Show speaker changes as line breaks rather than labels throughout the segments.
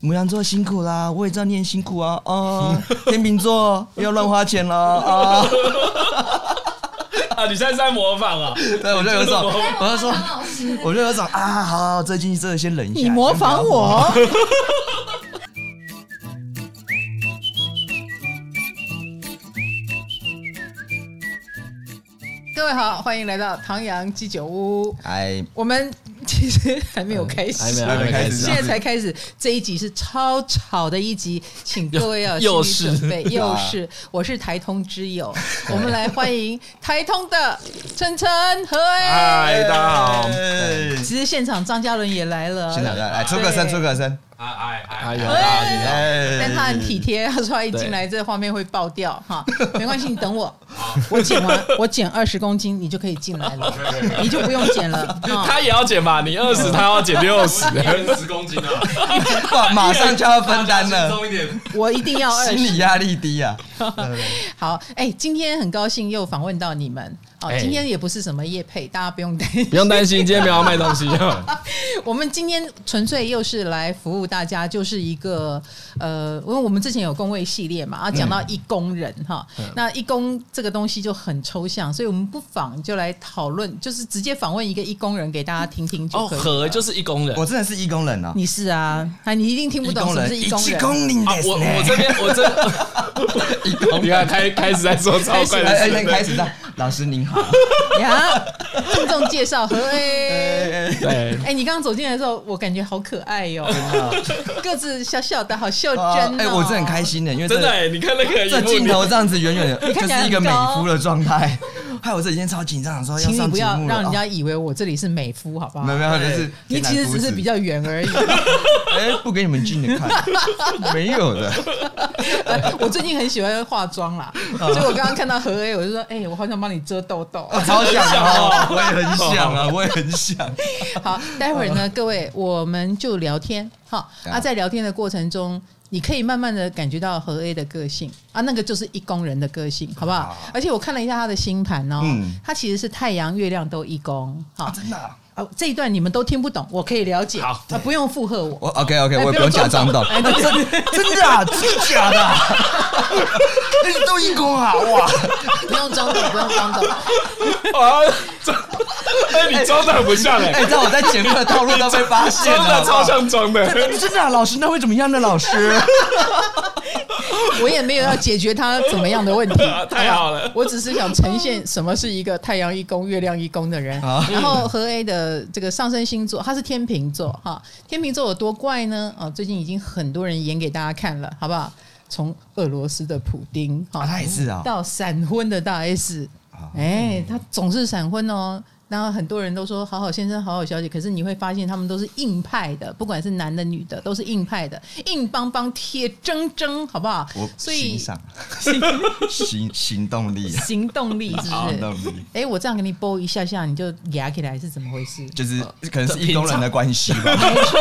母羊座辛苦啦，我也知道你很辛苦啊啊！天秤座不要乱花钱啦啊！
啊，你现在是在模仿啊？
对，我就有一种，我就说
唐，老师，
我就有一种啊，好好，最近真的先忍一下。
你模仿
先不要模仿？
我， 各位好，欢迎来到唐阳鸡酒屋。
哎，
我们其实还没有开
还
始，
没有，还没开始
现
啊。
在才开始，这一集是超吵的一集，请各位要
又
有
又
心
是
理 准备。又
啊
是，我是台通之友，我们来欢迎台通的晨晨和哎。
嗨，大家好。
哎
其实现场张嘉伦也来了，
现场来，来出个声，
对
出个声。
哎哎
哎
哎
呦，
呦，
大家你好。
哎，
但他很体
嗯
贴，他说他一进来这画面会爆掉 哈，没关系，你等我， 我减完我减二十公斤，你就可以进来了， 你就不用 减了哈。
他也要减吧？你二十，他要减六 十。
十公斤啊，
哇， 马上就要分担了，
重一点。
我一定要二
心理
十。
压力低啊。
好，哎，今天很高兴又访问到你们，哦，
哎
今天也不是什么夜配，大家不用担心
不。用担心，今天没有要卖东西。
我们今天纯粹又是来服务大家，就是一个呃，因为我们之前有工位系列嘛，啊，讲到
嗯
一工人哈，那一工这个东西就很抽象，所以我们不妨就来讨论，就是直接访问一个一工人给大家听听就
哦，
可以。
和就是一工人
我真的是义工人哦，
你是啊，哎，你一定听不
义
懂
工
什么
人，
是一
一
工人。
工人
啊
で！
我
す
我
ね
这边我 这，你看开开始在说超快
哎
的
哎，
事
先开始的，老师您好。
呀，听众介绍何哎。
哎哎
对，
哎、你刚刚走进来的时候，我感觉好可爱哟、个子小小的，好袖珍、
啊。
哦
哎哎，我真的很开心的，因为这
真的哎，你看那个
这
荧幕
镜头这样子远远的，
看
就
起来
是一个
很
美
高
肤的状态。害我这几天超紧张，说要
请你
上
不
节
要
目了。
让人
哦
家以为我这里是美肤，好不好
没？有没有，就是
你其实只是比较圆而已。
哎，不给你们近的看，没有的。
我最近很喜欢化妆啦，所以我刚刚看到何 A，我就说，哎、我好想帮你遮痘痘。
我哦超想啊，我也很想啊，我也很想。
好，待会儿呢，各位我们就聊天。好啊，
好
在聊天的过程中，你可以慢慢的感觉到何 A 的个性啊，那个就是一宫人的个性，好不好？而且我看了一下他的星盘哦
嗯，
他其实是太阳、月亮都一宫。好
啊，真的啊，
啊，这一段你们都听不懂，我可以了解，
好
啊，不用附和我。
我 OK OK，
哎
我也不用假装懂。
哎对对对
真的啊，真的假的啊？ 哎你都一公啊，哇！
不用装懂，不用装懂。
啊，这哎，你装的很不像
哎，
哎，
你知道我在前面的套路都被发现
装
了，
的超像装的。，
真的啊，老师那会怎么样呢？老师，
我也没有要解决他怎么样的问题
太好了
不我只是想呈现什么是一个太阳一宫、月亮一宫的人。
啊
然后何 A 的这个上升星座，他是天秤座哈。天秤座有多怪呢？哦，最近已经很多人演给大家看了，好不好？从俄罗斯的普丁哈，
啊他也是啊
到闪婚的大 S，哎、他总是闪婚哦。然后很多人都说好好先生、好好小姐，可是你会发现他们都是硬派的，不管是男的女的，都是硬派的，硬邦邦、铁铮铮，好不好？
我
所
欣
以
赏行行动力啊，
行动力是不
行
是？
动力。
哎、我这样给你拨一下下，你就压起来是怎么回事？
就是 可能是义工人的关系吧。
没错，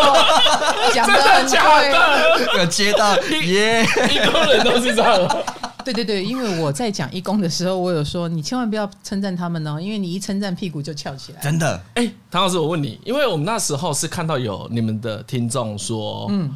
讲的
真的
很
假
对。
的？
有接 到耶，
一工人都是这样。啊
对对对，因为我在讲义工的时候，我有说你千万不要称赞他们哦，因为你一称赞屁股就翘起来。
真的
哎、唐老师，我问你，因为我们那时候是看到有你们的听众说，嗯，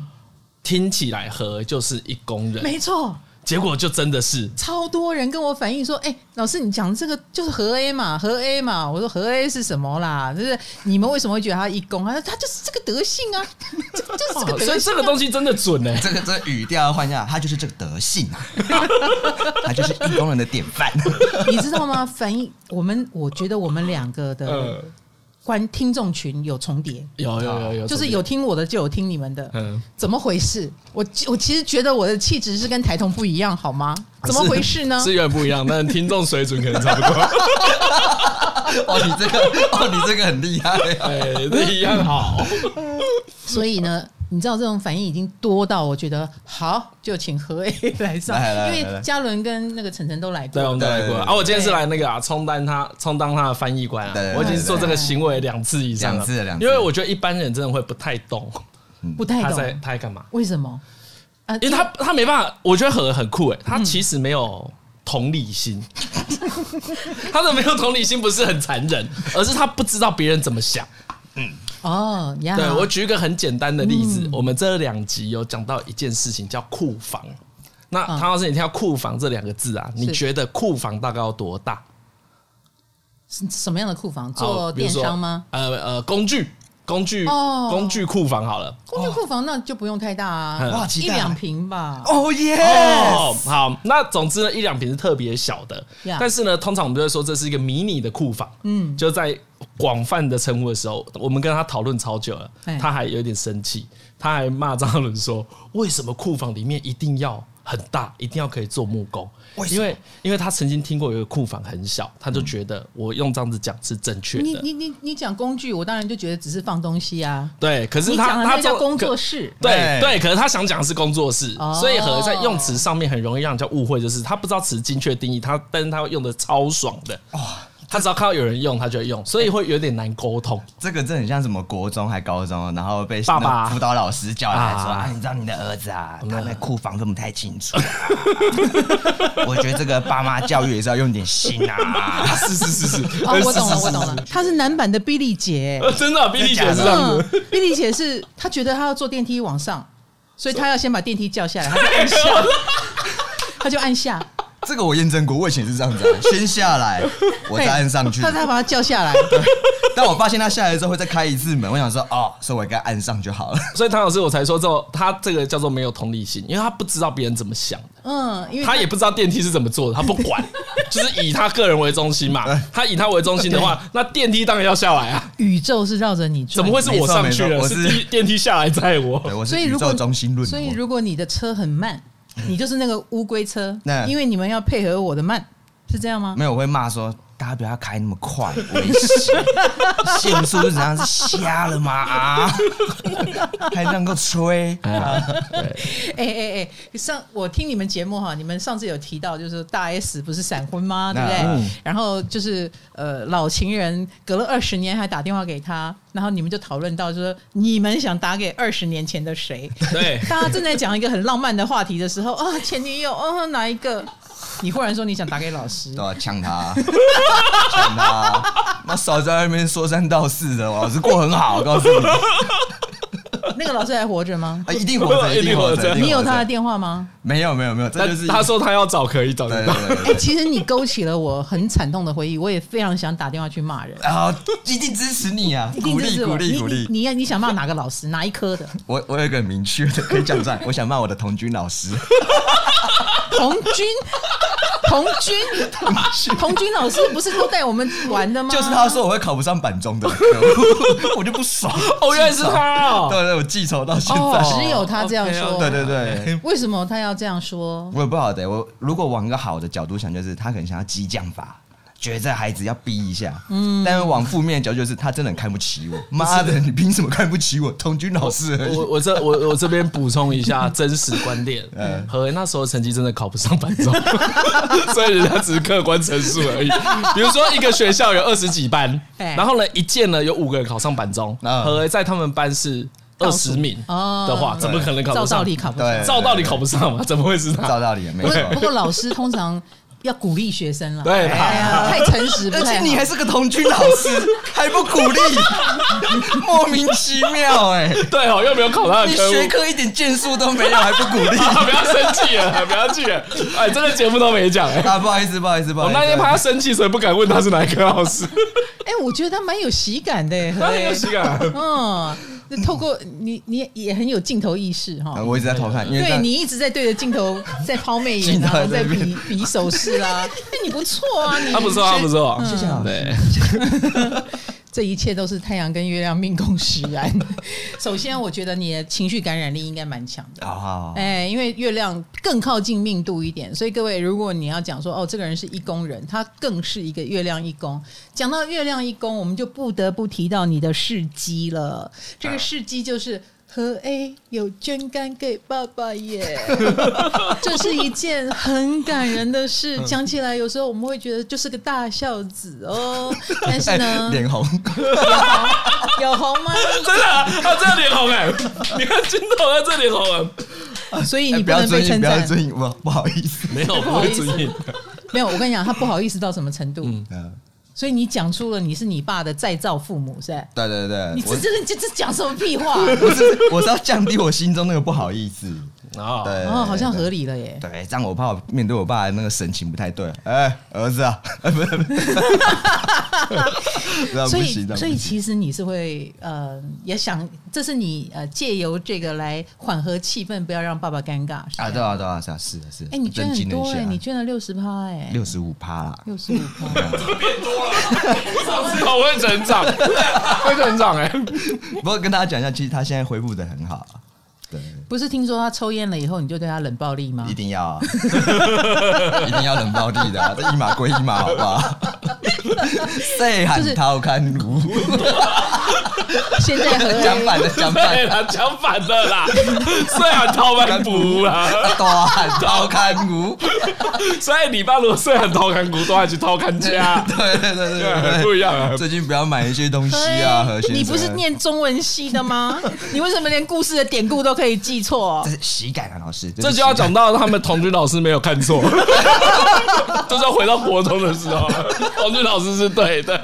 听起来和就是一工人，
没错，
结果就真的是
超多人跟我反映说，哎、老师你讲这个就是合 A 嘛，合 A 嘛。我说合 A 是什么啦？就是你们为什么会觉得他义工？他说他就是这个德性啊，就就是这个
哦
德 性、
所
啊
以这个东西真的准 哎、
这个这个语调要换一下，他就是这个德性，他就是义工人的典 范。
你知道吗？反映我们，我觉得我们两个的
呃，
观听众群有重叠，
有有有有，
就是有听我的就有听你们的，
嗯，
怎么回事？我我其实觉得我的气质是跟台童不一样，好吗？怎么回事呢？
啊是有点不一样，但听众水准可能差不多，
哦，你这个哦，你这个很厉害啊！
哎、这一样好。
所以呢，你知道这种反应已经多到我觉得好，就请何 A 来上，
来来来
因
来
为
来
嘉伦跟那个晨晨都来
对，我
过。
们都来过了
对对对
啊！我今天是来那个啊，充当他充当他的翻译官啊
对对，对
我已经做这个行为两次以上了，
两次了两次
因为我觉得一般人真的会不太懂
不太
他在
懂
他在干嘛。
为什么啊？
因为他他没办法，我觉得何很酷
嗯
哎，他其实没有同理心， 他的没有同理心不是很残忍，而是他不知道别人怎么想。
哦呀，
对我举一个很简单的例子，
嗯
我们这两集有讲到一件事情叫库房。那
嗯
唐老师，你听到库房这两个字啊，你
是
觉得库房大概有多大？
是什么样的库房
好
做
比如
电
说
商吗？
呃呃，工具工具、
哦
工具库房好了。
工具库房那就不用太大
嗯
啊，
哇期
一
待
两平吧。
哦耶！
哦，好，那总之呢，一两瓶是特别小的
Yeah
但是呢，通常我们就会说这是一个迷你的库房，嗯，就在广泛的称呼的时候，我们跟他讨论超久了
哎，
他还有点生气，他还骂张伦说，为什么库房里面一定要很大，一定要可以做木工？
为什么
因为因为他曾经听过有一个库房很小，他就觉得我用这样子讲是正确
你
的，
你你你讲工具，我当然就觉得只是放东西啊。
对，可是
你
他
讲的
他
那叫
做
工作
可
室，
对
对对，可是他想讲的是工作室，
哦
所以和在用词上面很容易让人家误会，就是他不知道词精确定义，他但是他会用的超爽的，他只要看到有人用，他就会用，所以会有点难沟通。
这个真的很像什么国中还高中，然后被
爸爸
那辅导老师叫来说：“
啊
啊，
嗯
你知道你的儿子啊，他那库房分不太清楚啊。 我觉得这个爸妈教育也是要用点心啊。
是是是是，
哦，我懂了，
是
我懂。
是是
了，她是男版的比利姐
呃， 真的啊，比利姐
哎真的
是
嗯
假的
这样子，
比利姐是她觉得她要坐电梯往上，所以她要先把电梯叫下来，她就按下，她就按
哎
下，
这个我验证过，我以前是这样子、啊，先下来，我再按 上去
她。才把她叫下来。
但我发现他下来之后会再开一次门，我想说，哦，所以我该按上就好
哦
了。
所以唐老师我才说，这他这个叫做没有同理心，因为他不知道别人怎么想的，
嗯，因为
他也不知道电梯是怎么做的，他不 管，就是以他个人为中心嘛。
哎
他以他为中心的话，那电梯当然要下来啊。
宇宙是绕着你
怎
转
么。会是我上去
没错没错
了？是
我是
电电梯下来载
对，
我。
我
所
是
以
宇
如果
宙中心论。
所以如果你的车很慢，你就是那个乌龟车
那，
因为你们要配合我的慢，是这样吗？
没有，我会骂说大家不要开那么 快，危险，限速是怎样？是瞎了吗？ 啊，还能够吹？
哎哎哎，上我听你们节目哈，你们上次有提到，就是大 S 不是闪婚吗？对不对？
嗯
然后就是呃，老情人隔了二十年还打电话给他，然后你们就讨论到，就说你们想打给二十年前 的谁？
对，
大家正在讲一个很浪漫的话题的时候啊，前女友啊，哪一个？你忽然说你想打给 老师
都，要呛他，呛他！妈少在那边说三道四的，我老子过很好，我告 诉你，啊
那个老师还活 着吗？
啊，一定活着，一定活着。一定活着
你有他的？电 话吗？
没有，没有，没有，这
但
就是
他说他要找可以找
对
得
对
到。
对对
哎、
对
其实你勾起了我很惨痛的回忆，我也非常想打电话去骂人。
然后一定支持你啊，
一 定
鼓
支
励
持我
鼓励鼓
你
励。
你你你想骂哪个老师，哪一科的？
我我有一个很明确的可以讲出来，我想骂我的童军老师，
童军， 童军，童军老师不是都带我们玩的吗？
就是他说我会考不上板中的，可恶我就不爽。
哦，原来是他哦。
对对，我记仇到现
哦
在。
只有他这样说
OK，OK
哦对对对，
为什么他要这样说？
我也不好的。我如果往一个好的角度想，就是他可能想要激将法，觉得这孩子要逼一下。嗯，但是往负面的角度，就是他真的很看不起 我。妈的，你凭什么看不起我？童军老师而已
我我这我我这边补充一下真实观 点，
嗯
何为那时候成绩真的考不上班中， 所以人家只是客观陈述而已。比如说一个学校有二十几班，
哎
然后呢一届呢有五个人考上板中，
嗯
何为在他们班是二十名
哦
的话，怎么可能考
照
不
道
上？
理考不上。
对，
照道理考不上嘛，怎么会是
照
他？
道理没
不
错
过。不过老师通常要鼓励学生了。
对
哎呀，太诚实不
啊而且
太
你
好。
还是个童军老 师，还不鼓 励，莫名其妙 哎、
对哦，又没有考他的
你
科目
学。科一点建树都没有，还不鼓 励
啊！不要生气了，不要气了。哎，真的节目都没讲、哎
啊！不好意思，不好意思，不好
我
意思。
那天怕他生气，所以不敢问他是哪一科老师。
哎、我觉得他蛮有喜感的、
他很
欸
有。喜感。
嗯，那透过你，你也很有镜头意识哈。
呃我一直在偷看，因为这
对
样
你一直在对着镜头在抛媚眼
镜头
啊，
在
在
那边
比比手 势啊，哎，你不错啊，你
他不错，他不错，
谢谢老师
对，
这一切都是太阳跟月亮命中使然。 首先，我觉得你的情绪感染力应该蛮强的。
好好好
哎，因为月亮更靠近命度一点，所以各位，如果你要讲说哦，这个人是一宫人，他更是一个月亮一宫。讲到月亮一宫，我们就不得不提到你的事迹了。这个事迹就是。和 A 有捐肝给爸爸耶， 这是一件很感人的事。讲起来，有时候我们会觉得就是个大孝子哦，但是 呢，
哎脸红，
有红吗？
真的啊，他这脸红哎，你看 金头他这脸红啊，
所以
哎
你
不要
能
尊
被
敬，
称
不要
赞。
尊敬，不不好意思。
没有
不
不
好
会
意思
注意，
没有，我跟你讲，他不好意思到什么程度？
嗯
所以你讲出了你是你爸的再造父母，是吧？
对对对，
你
哎我
这这这这讲什么 屁话？
不是，我是要降低我心中那个不好意思。
啊
对，
哦，好像
对
合理了耶。
对，这样我怕我面对我爸的那个神情不太对。哎、儿子啊， 哎不是，不是这样
所
不行，这
以，
样
所以
不行
其实你是会呃，也想，这是你呃借由这个来缓和气氛，不要让爸爸尴尬。是吧
啊，对啊，对啊，是啊，是啊，是啊。
哎、你捐
震
很
惊了
多
一
哎、
下
你捐了六十趴哎，
六十五趴啦，
六十五趴，
我会成长，会成长哎、
不过跟大家讲一下，其实他现在恢复的很好啊，对，
不是听说他抽烟了以后你就对他冷暴力吗
一？定要啊， 一定要冷暴力的啊、这一码归一码，好不好？ 谁喊掏看如
现在何
讲
为
反的讲反的，
对啦，讲反的啦，虽然掏干股啦，
大喊掏看 如，
所以你爸如果啊虽然掏干股，都还去掏干家，
对对对对
对
对，
不一样哎啊
最近不要买一些东西啊，何先生，
你不是念中文系 的吗？你为什么连故事的典故都可以记错
这？是喜感啊，老师，
这就要讲到他们童军老师没有看错， 这就要回到国中的时候了，童军老师是对的。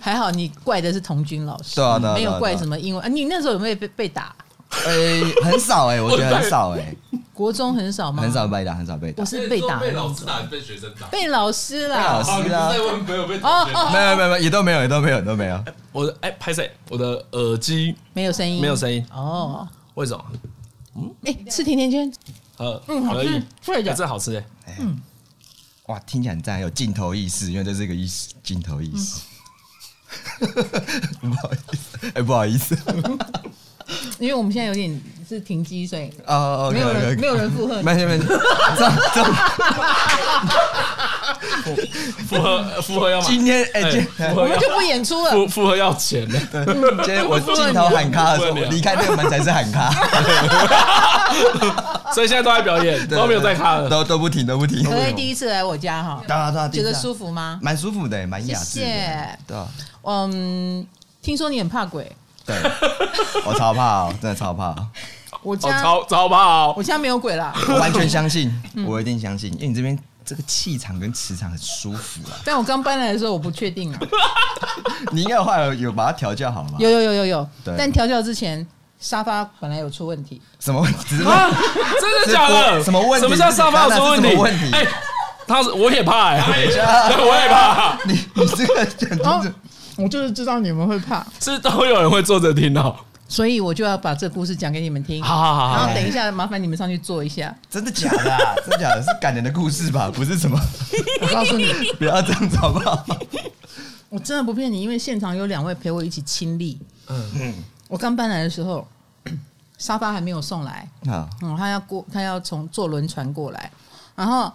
还好你怪的是童军老师，
对啊对啊对啊
没有怪
对啊
什么英文。啊、你那时候有没有被被打？
呃很少哎，我觉得很少哎，
国中很少吗？
很少被打，很少被打
我，是被打的
被
那种
老师打，还是被学生打。
被老师啦，
被老师
哦，你不是
啊
在问没有被同
哦
学
哦
打？
没有没有没有，也都没有，也都没有，都没有。
我的哎，拍谁？我的耳机
没有声音，
没有声音，
哦。
为什么？
哎、吃甜甜圈，
呃，
嗯，好
可以
吃，，脆
哎
的。
这好吃哎。
哇，听起来很赞，有镜头意识，因为这是一个意识，镜头意识。 不好意思，哎、不好意思，
因为我们现在有点是停机，所以
哦、o
没有人没有人附和你。
没有没有，
复合复合要吗？
今天哎、今
哎
天
复合
我
要
们就不演出
复
了。
复合要钱的，
今天我镜头喊咖的时候，我离开那个门才是喊咖，
所以现在都在表演，
对
都没有在看了。
都都不停都不停，
可以第一次来我家哈，
哒哒哒，
觉得舒
服，
服吗？
蛮舒服的，蛮雅致
谢
的，
谢
对啊
嗯，听说你很怕鬼，
对， 我超怕、哦，真的超怕、哦，
我
哦，
家
超超跑
我家没有鬼啦，
我完全相信，
嗯
我一定相信，因为你这边这个气场跟磁场很舒服啊，
但我刚搬来的时候我不确 定啊。
你应该有话有有把它调教好吗？
有有有有有，
对
但调教之前沙发本来有出问题，
什么问题？只是
啊！真的假的？
什么问题
什么叫沙发有什么问
你
题？
刚才是什么问题
哎，他是我也怕哎，
哎
对我也怕，
你你这个讲
哦
真的，
我就是知道你们会怕，
是都有人会坐着听哦。
所以我就要把这个故事讲给你们听。
好好好
然
好
后，等一下麻烦你们上去坐一下。
真的假的、啊？真的假的？是感人的故事吧？不是什么？
我告诉你，
不要这样子好不好？
我真的不骗你，因为现场有两位陪我一起亲历。
嗯
我刚搬来的时候， 沙发还没有送来，
好，
嗯，他要过，他要从坐轮船过来，然后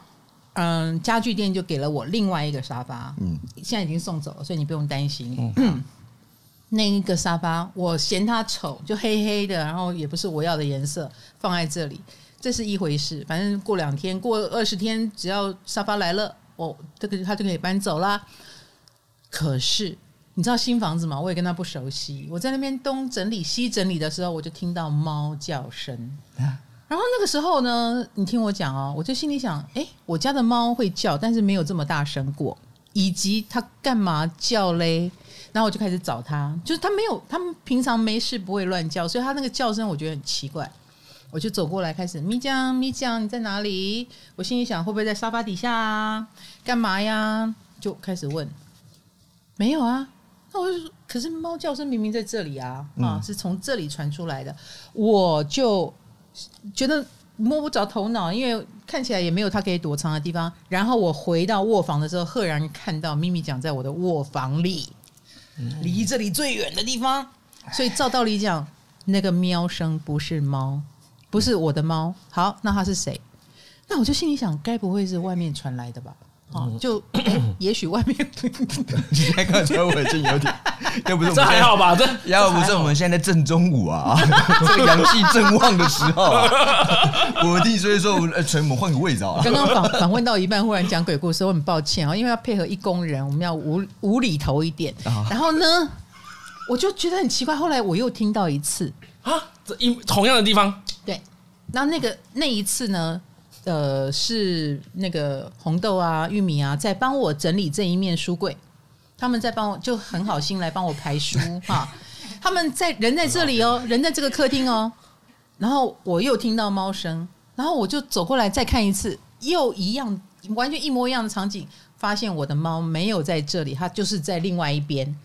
嗯，家具店就给了我另外一个沙发，
嗯，
现在已经送走了，所以你不用担心。嗯那一个沙发我嫌它丑，就黑黑的，然后也不是我要的颜色，放在这里，这是一回事。反正过两天，过二十天，只要沙发来了，我这个他就可以搬走啦。可是你知道新房子吗？我也跟他不熟悉，我在那边东整理西整理的时候，我就听到猫叫声。然后那个时候呢，你听我讲哦，我就心里想，哎，我家的猫会叫，但是没有这么大声过，以及它干嘛叫嘞？然后我就开始找它，就是它没有，它们平常没事不会乱叫，所以它那个叫声我觉得很奇怪。我就走过来开始咪酱咪酱，你在哪里？我心里想会不会在沙发底下啊？干嘛呀？就开始问，没有啊。那我就说，可是猫叫声明明在这里啊，啊，是从这里传出来的，我就觉得摸不着头脑，因为看起来也没有它可以躲藏的地方。然后我回到卧房的时候，赫然看到咪咪讲在我的卧房里，离这里最远的地方。所以照道理讲，那个喵声不是猫，不是我的猫。好，那它是谁？那我就心里想，该不会是外面传来的吧？哦，就、 诶也许外面
你现在跟我说我已经有点，又不是我们
这还好吧？这
现在，要不是我们现在在正中午啊， 这个阳气正旺的时候啊，我弟所以说我们，呃，全我们换个位置啊。
刚刚访访问到一半，忽然讲鬼故事，我很抱歉啊、因为要配合一工人，我们要无无厘头一点。然后呢，我就觉得很奇怪，后来我又听到一次，
啊，这一同样的地方，
对，那那个那一次呢，呃，是那个红豆啊、玉米啊在帮我整理这一面书柜。他们在帮我，就很好心来帮我排书哈。他们在人在这里哦，人在这个客厅哦。然后我又听到猫声，然后我就走过来再看一次，又一样，完全一模一样的场景，发现我的猫没有在这里，它就是在另外一边。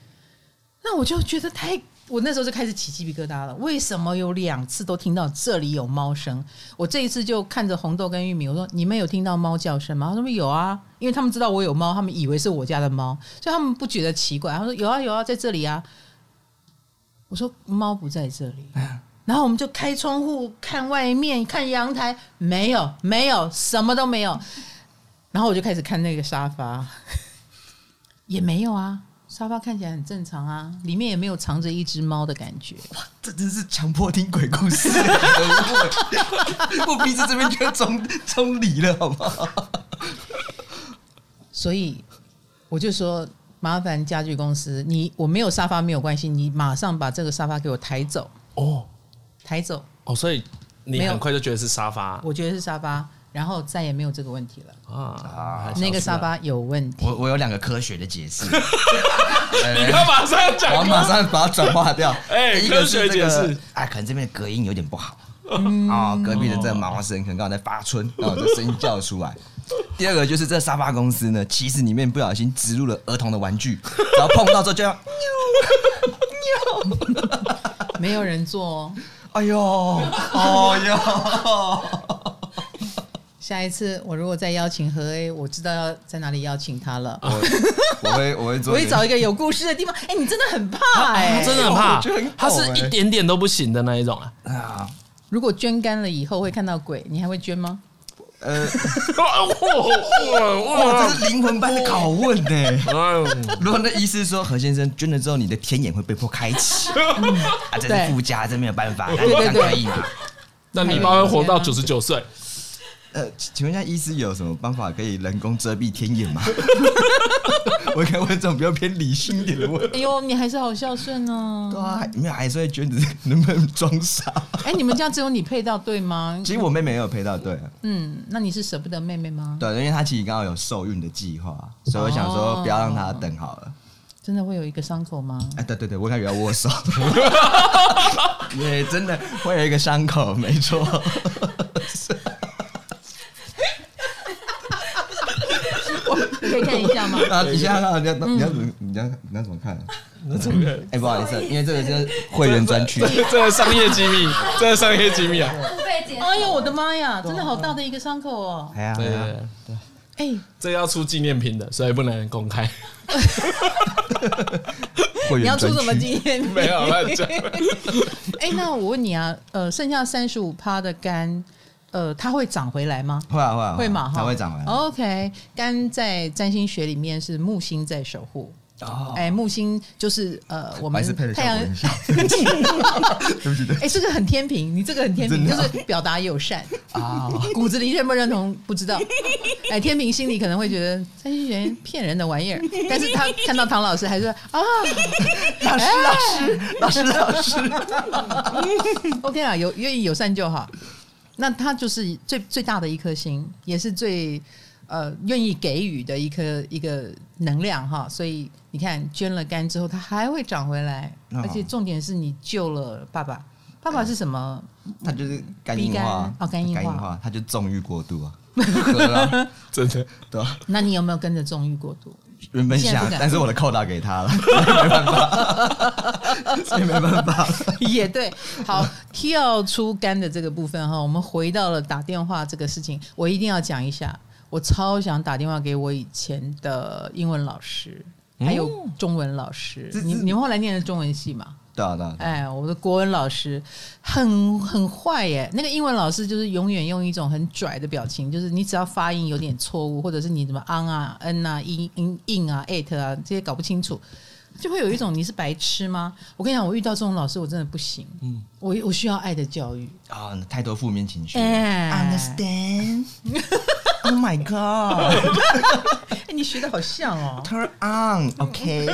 那我就觉得太，我那时候就开始起鸡皮疙瘩了。为什么有两次都听到这里有猫声？我这一次就看着红豆跟玉米，我说你们有听到猫叫声吗？他说有啊，因为他们知道我有猫，他们以为是我家的猫，所以他们不觉得奇怪。他说有啊有啊，在这里啊。我说猫不在这里，啊然后我们就开窗户看外面，看阳台，没有没有，什么都没有。然后我就开始看那个沙发，也没有啊，沙发看起来很正常啊，里面也没有藏着一只猫的感觉。
这真是强迫听鬼故事，我我鼻子这边就要中中离了，好不好？
所以我就说，麻烦家具公司，你我没有沙发没有关系，你马上把这个沙发给我抬走，
哦
抬走，
哦，所以你
没有
很快就觉得是沙发
我觉得是沙发，然后再也没有这个问题了。
啊，
那个沙发有问题，
我我有两个科学的解释，
你不要马上
我要
讲，
马上把它转化掉。
哎
第一个是
科学
这
解
个
释，嗯
哎，可能这边的隔音有点不好。啊、隔壁的这个麻花声可能刚好在发春，然后这声音叫出来。第二个就是这沙发公司呢，其实里面不小心植入了儿童的玩具，然后碰到之后就要，
没有人坐哦。
哎呦，
哦
哎呦，
下一次我如果再邀请何 A，我知道要在哪里邀请他了。
哦
我会我会
我
做，
会找一个有故事的地方。哎、你真的很怕哎、
啊他真的很欸怕
我觉得很狗，
他是一点点都不行的那一种 啊。
啊，
如果捐干了以后会看到鬼，你还会捐吗？
呃，
哇哎
哇，
哇
这是灵魂般的拷问呢、
哇！
如果那医师说何先生捐了之后，你的天眼会被迫开 启，
嗯
啊，这是附加，这没有办法，那你这样可以吗？
那你妈会活到九十九岁，
呃，请问一下，医师有什么办法可以人工遮蔽天 眼吗？我该问这种比较偏理性一点的问题。
哎呦，你还是好孝顺哦、
对啊，没有，还是会捐，只是能不能装傻？
哎、你们家只有你配到对吗？
其实我妹妹也有配到对啊，
嗯，那你是舍不得妹妹吗？
对，因为她其实刚好有受孕的计划，所以我想
哦
说不要让她等好了。
真的会有一个伤口吗？
哎，对对对，我感觉要 握手，也真的会有一个伤口，没 错。
你 可以看一下吗？
啊，你先看看，你要你要怎
嗯
么你要你要怎么看啊？
那这个
哎，不好意思，因为这个是会员专区。
这个商业机 密，这个商业机密啊！
付费解
哎呦，我的妈呀，真的好大的一个伤口哦、
哎呀，
对
哎
对
呀
对，
哎、
这要出纪念品的，所以不能公开。
会
你要
员
出
专
什么
区。
经验？
没有乱讲。
哎、那我问你啊，呃，剩下三十五趴的肝，呃，它会长回来吗？
会啊会啊
会嘛？哈哦
它会长回来。
OK，肝在占星学里面是木星在守护。
哦
哎、木星就是呃，我们
还是配得
太
上
阳
我。很像对不起，对
哎、这个很天平，你这个很天平，
真的
就
啊
是表达友善，
啊，
骨子里认不认同不知道。 哎、天平心里可能会觉得占星学骗人的 玩意儿，但是他看到唐老师还是说啊
老师老师老师老师，
，OK 啊，有愿意友善就好。那他就是最最大的一颗星，也是最呃愿意给予的一颗一个能量哈。所以你看，捐了肝之后，它还会长回来，
哦
而且重点是你救了爸爸。爸爸是什么？
他就是肝硬化
鼻肝哦肝硬化
肝硬化，他就纵欲过度 啊，对啊
真的，
对啊，
那你有没有跟着纵欲过度？
原本
现在
想
不，敢
但是我的扣打给他了，所以没办法，所以没办法，
也对， 好，跳出肝的这个部分哈，我们回到了打电话这个事情，我一定要讲一下。我超想打电话给我以前的英文老师，还有中文老师。
嗯这
你
这
你们后来念的中文系嘛？
对啊对啊，对啊
哎，我的国文老师很很坏耶。那个英文老师就是永远用一种很拽的表情，就是你只要发音有点错误，或者是你怎么 on 啊、n 啊、in in in 啊、at 啊这些搞不清楚，就会有一种你是白痴吗？我跟你讲，我遇到这种老师我真的不行。嗯，我我需要爱的教育。
啊，太多负面情绪。
哎
Understand? Oh my god!
哎，你学的好像哦。
Turn on, OK?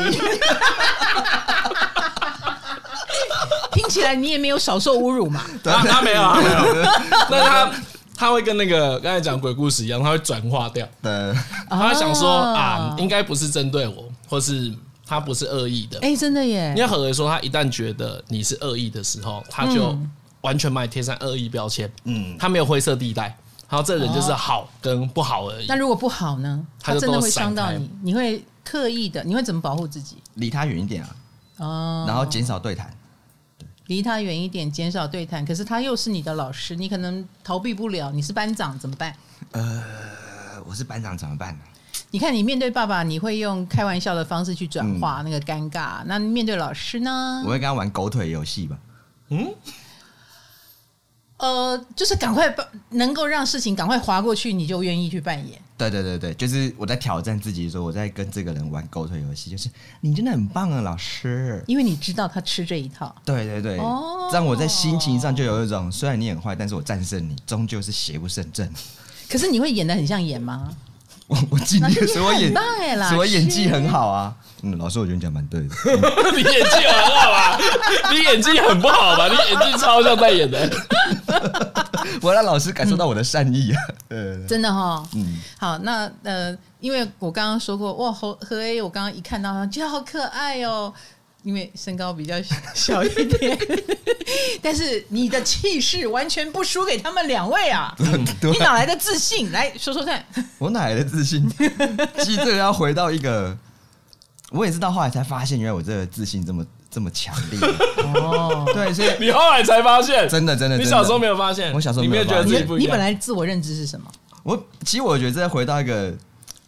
听起来你也没有少受侮辱嘛？
他他没有，他没有。 那他他会跟那个刚才讲鬼故事一样，他会转化掉。
对，哦
他会想说
啊
啊，应该不是针对我，或是他不是恶意的。
哎、真的耶
因，为何为说，他一旦觉得你是恶意的时候，他就
嗯
完全把你贴上恶意标签，嗯，他没有灰色地带，然后这个人
哦
就是好跟不好而已
那。如果不好呢？
他
他
就
真的
都
会
闪
伤到
开
你，你会刻意的，你会怎么保护自己？
离他远一点啊，
哦，
然后减少对谈。
离他远一点，减少对谈。可是他又是你的老师，你可能逃避不了。你是班长怎么办？
呃，我是班长怎么办呢？
你看，你面对爸爸，你会用开玩笑的方式去转化那个尴尬；那面对老师呢
我？会跟他玩狗腿游戏吧。
呃，就是赶快把能够让事情赶快划过去，你就愿意去扮演。
对对对对，就是我在挑战自己，说我在跟这个人玩狗腿游戏，就是你真的很棒啊，老师。
因为你知道他吃这一套。
对对对，
哦
让我在心情上就有一种，虽然你很坏，但是我战胜你，终究是邪不胜正。
可是你会演的很像演吗？
我我尽力，
老师
所以我演
你很棒欸，老
所以我演技
师
很好啊。嗯，老师，我觉得你讲蛮 对的。
你演技很好 吧？你演技很不好吧？你演技超像在演的。
我让老师感受到我的善意啊。呃，
真的哈、
嗯，
好，那呃，因为我刚刚说过，哇，何何 A，我刚刚一看到他，觉得好可爱哦，因为身高比较小小一 点，但是你的气势完全不输给他们两位 啊！你
对啊，
哪来的自信？来说说看，
我哪来的自信？ 其实这个要回到一个，我也是到后来才发现，原来我这个自信这么这么强烈。
哦，
对，所以
你后来才发现，
真的真的，
你
真的
小时候没有发现，
我小时候
你
没有
有觉得
发现
自
你
己不一
你
样。
本来自我认知是什么？
我其实我觉得这回到一个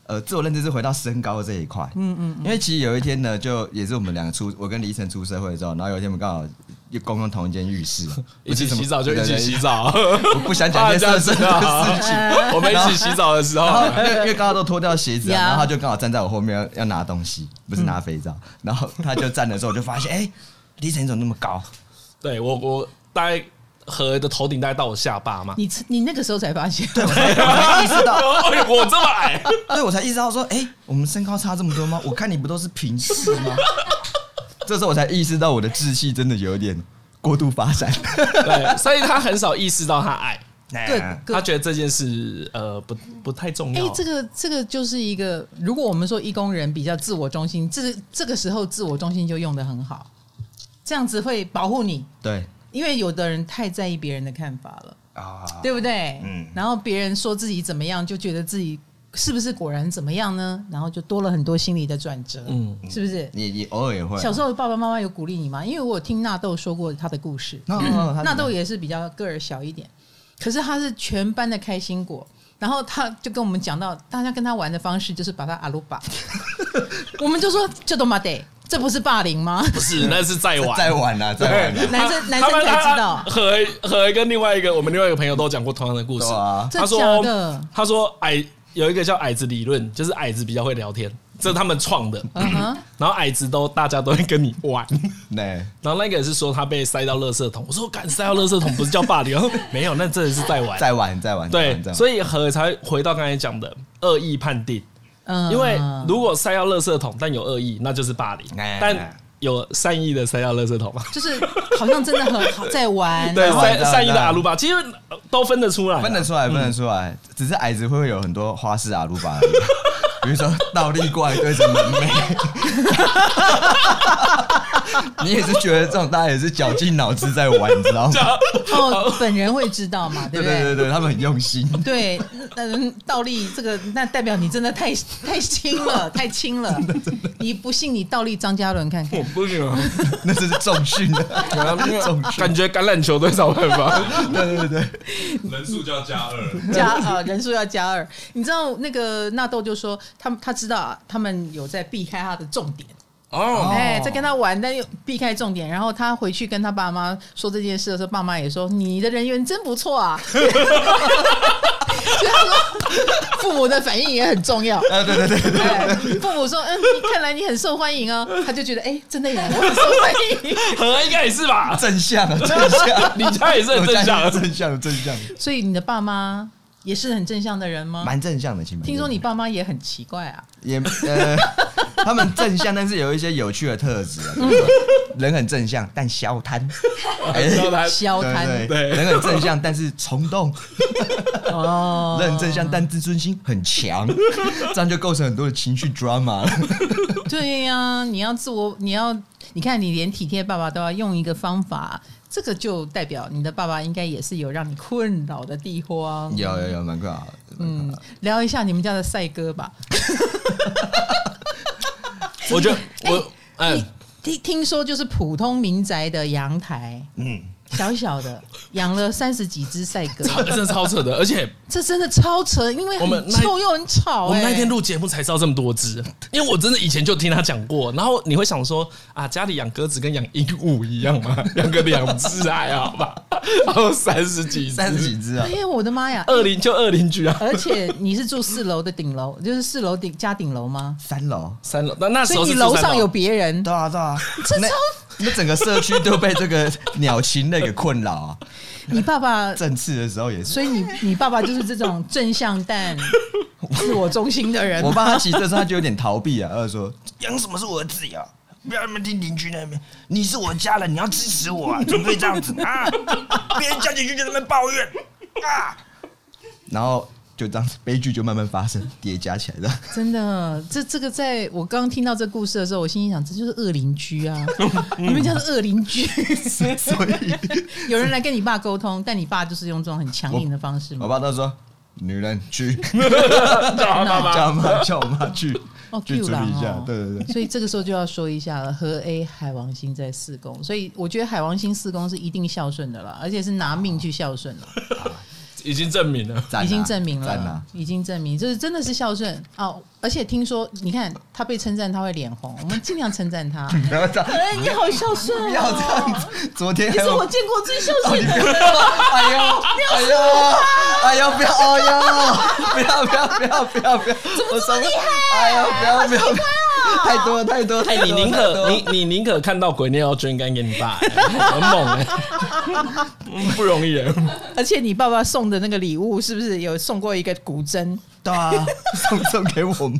呃自我认知是回到身高这一块，嗯嗯因为其实有一天呢，就也是我们两个出，我跟李依晨出社会之后，然后有一天我们刚好又共用同一间浴室，
一起洗澡就一
对
起洗， 澡，
对对我不想讲 这些色身的事情。
呃
我们一起洗澡的时
然
候
后，因为因为刚刚都脱掉鞋 子啊、
Yeah
然后他就刚好站在我后面要要拿东西，不是拿肥皂，然后他就站的时候，我就发现，哎、李依晨怎么那么 高？
对我我大概和的头顶大概到我下巴嘛。
你你那个时候才发现，
我意识到，
哎 我这么矮，
对，我才意识到说，哎、我们身高差这么多吗？我看你不都是平视 吗？这时候我才意识到我的志气真的有点过度发 展。
对，所以他很少意识到他矮，
对
哎，
各
他觉得这件事呃不不太重
哎、
要。
这个这个就是一个，如果我们说义工人比较自我中心，这这个时候自我中心就用的很好，这样子会保护你，
对
因为有的人太在意别人的看法了，
啊，
对不对？
嗯
然后别人说自己怎么样，就觉得自己是不是果然怎么样呢？然后就多了很多心理的转折，
嗯
是不是？
你你偶尔也会啊、
小时候爸爸妈妈有鼓励你吗？因为我有听纳豆说过他的故事，
那那他
纳豆也是比较个儿小一点，可是他是全班的开心果。然后他就跟我们讲到，大家跟他玩的方式就是把他阿鲁巴，我们就说这都妈得，这不是霸凌吗？
不是，那是在 玩。
再晚了，再晚啊了，
男生男
他
生
们
才知道，
何何跟另外一个我们另外一个朋友都讲过同样的故事
对。啊，
这
他
假
说
的，
他说矮有一个叫矮子理论，就是矮子比较会聊天，这是他们创的。
嗯哼，
然后矮子都大家都会跟你玩，
对，
然后那个人是说他被塞到垃圾桶，我说敢塞到垃圾桶不是叫霸凌，然后 没有，那真的是在玩。
再晚再晚，
对，
以
所以何才回到刚才讲的恶意判定，
嗯，
因为如果塞到垃圾桶但有恶意，那就是霸凌
哎；
但有善意的塞到垃圾桶嘛，
就是好像真的很好在玩，
对，
当然
善善意
当
的
然
阿鲁巴，其实都分得出来啊，
分得出来，分得出来，只是矮子会不会有很多花式阿啊鲁巴而已， 比如说倒立过来对着门楣。 你也是觉得这种大家也是绞尽脑汁在玩，你知道吗？
哦，本人会知道嘛，
对
对不
对
对？
对对，他们很用心。
对，嗯，倒立这个，那代表你真的太太轻了，太轻了。你不信，你倒立张嘉伦 看看
我。不行啊，
那这是重训的，重训。
感觉橄榄球队找办法。
对对对，
人数就要加二。
加呃人数要加二。你知道那个纳豆就说他们他知道啊他们有在避开他的重点，
哦，
哎、在跟他玩，但又避开重点。然后他回去跟他爸妈说这件事的时候，爸妈也说你的人缘真不错啊。 所以他说父母的反应也很重要。
啊对对对对，
哎，父母说：“嗯，你看来你很受欢迎哦。”他就觉得：“哎、真的耶，我很受欢迎。”
何应该也 是吧？
正向啊，正向，
你家也是很正向啊
我家也是正向，正向。
所以你的爸妈也是很正向的人吗？
蛮正向的，其实蛮正向的。
听说你爸妈也很奇怪啊，
也呃， 他们正向，但是有一些有趣的特质、 啊。比如说人很正向，但消贪，哎
然后他
消
对
贪
对对，人很正向，但是冲动；
哦，
人很正向，但自尊心很强， 这样就构成很多的情绪 drama 了。
对呀、你要自我，你要你看，你连体贴爸爸都要用一个方法，这个就代表你的爸爸应该也是有让你困扰的地方。
有有有，蛮快好的。
嗯，聊一下你们家的赛哥吧。
我觉得我哎、
你听听说就是普通民宅的阳台，嗯，小小的养了三十几只赛 鸽，
超真的超扯的，而且
这真的超扯，因为
我们
很
那
臭又很吵、
我们那天
哎
录节目才知道这么多只， 因为我真的以前就听他讲过，然后你会想说啊，家里养鸽子跟养鹦鹉一样吗？ 养个两只还好吧， 然后三十几
三十
只，
几只啊
哎，呀，我的妈呀！
二邻就二邻居啊，
而且你是住四楼的顶楼，就是四楼顶加顶楼 吗？
三楼。
三楼，那那时
所
候
以
是
你
住三
楼上有别人，
对啊对啊，
这
那
超
那整个社区都被这个鸟禽类给困扰 啊。
你爸爸，
正次的时候也是，
所以你你爸爸就是这种正向但 自我中心的人
我。爸他骑车的时候他就有点逃避啊，他就说养什么是我的自由。不要那么听邻居那边，你是我家人，你要支持我啊！怎么可以这样子啊？别人家进去就在那边抱怨啊，然后就这样子，悲剧就慢慢发生，叠加起来的。
真的，这这个在我刚听到这故事的时候，我心里想，这就是恶邻 居啊！你们家是恶邻居，
所以
有人来跟你爸沟通，但你爸就是用这种很强硬的方式
我
吗？
爸都说，女人去
叫妈妈，
叫妈叫我妈去
哦
去处
啦
理一下
哦，
对对对，
所以这个时候就要说一 下了，和 A 海王星在四宫，所以我觉得海王星四宫是一定孝顺的啦，而且是拿命去孝顺了，
已经证明了，
哦赞啊
已经证明了，
赞啊！
已经证明，就是真的是孝顺哦。而且听说，你看他被称赞他会脸红，我们尽量 称赞他。
不要这样，
哎，你好孝顺、哦，
不要这样子。昨天
你
还
是
有
我见过最孝顺的人。
哎呦，哎呦，哎呦，不要，哎呦，不要，不要，不要，不要，不要，我怎么厉害？哦哎呦，不要，不要，不要太多了，太多了，太
哎、
多了
你宁
太多
可
了
你你宁可看到鬼尿要捐肝给你爸、哎很猛哎、嗯不容易哎、
而且你爸爸送的那个礼物，是不是有送过一个古筝？
对啊，送 送给我妈，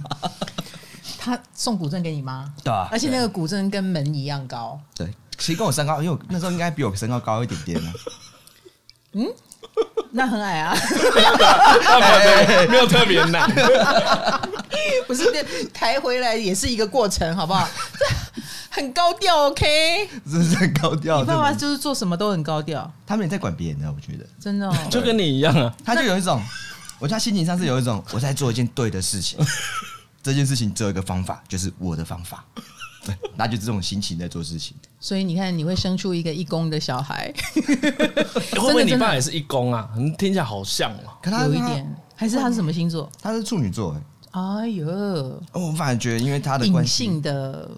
他送古筝给你妈，
对啊
而且那个古筝跟门一样 高，
对。其实跟我身高，因为我那时候应该比我身高高一点点啊。
那很矮啊，
那没有没有特别难，
不是抬回来也是一个过程，好不好？ 这很高调，OK。
真 是很高调。
你爸爸
真的
就是做什么都很高调，
他们也在管别人的，我觉得
真的、哦。
就跟你一样啊。
他就有一种，我觉得他心情上是有一种我在做一件对的事 情，这件事情只有一个方法，就是我的方法。对，那就是这种心情在做事情。
所以你看，你会生出一个一公的小 孩，
欸会不会你
真的
爸也是一公啊？你听起来好像哦、
可他
有一，点，还是他是什么星座？
他是处女座、欸，
哎呦，
哦我反而觉得因为他的关
隐
系，
性的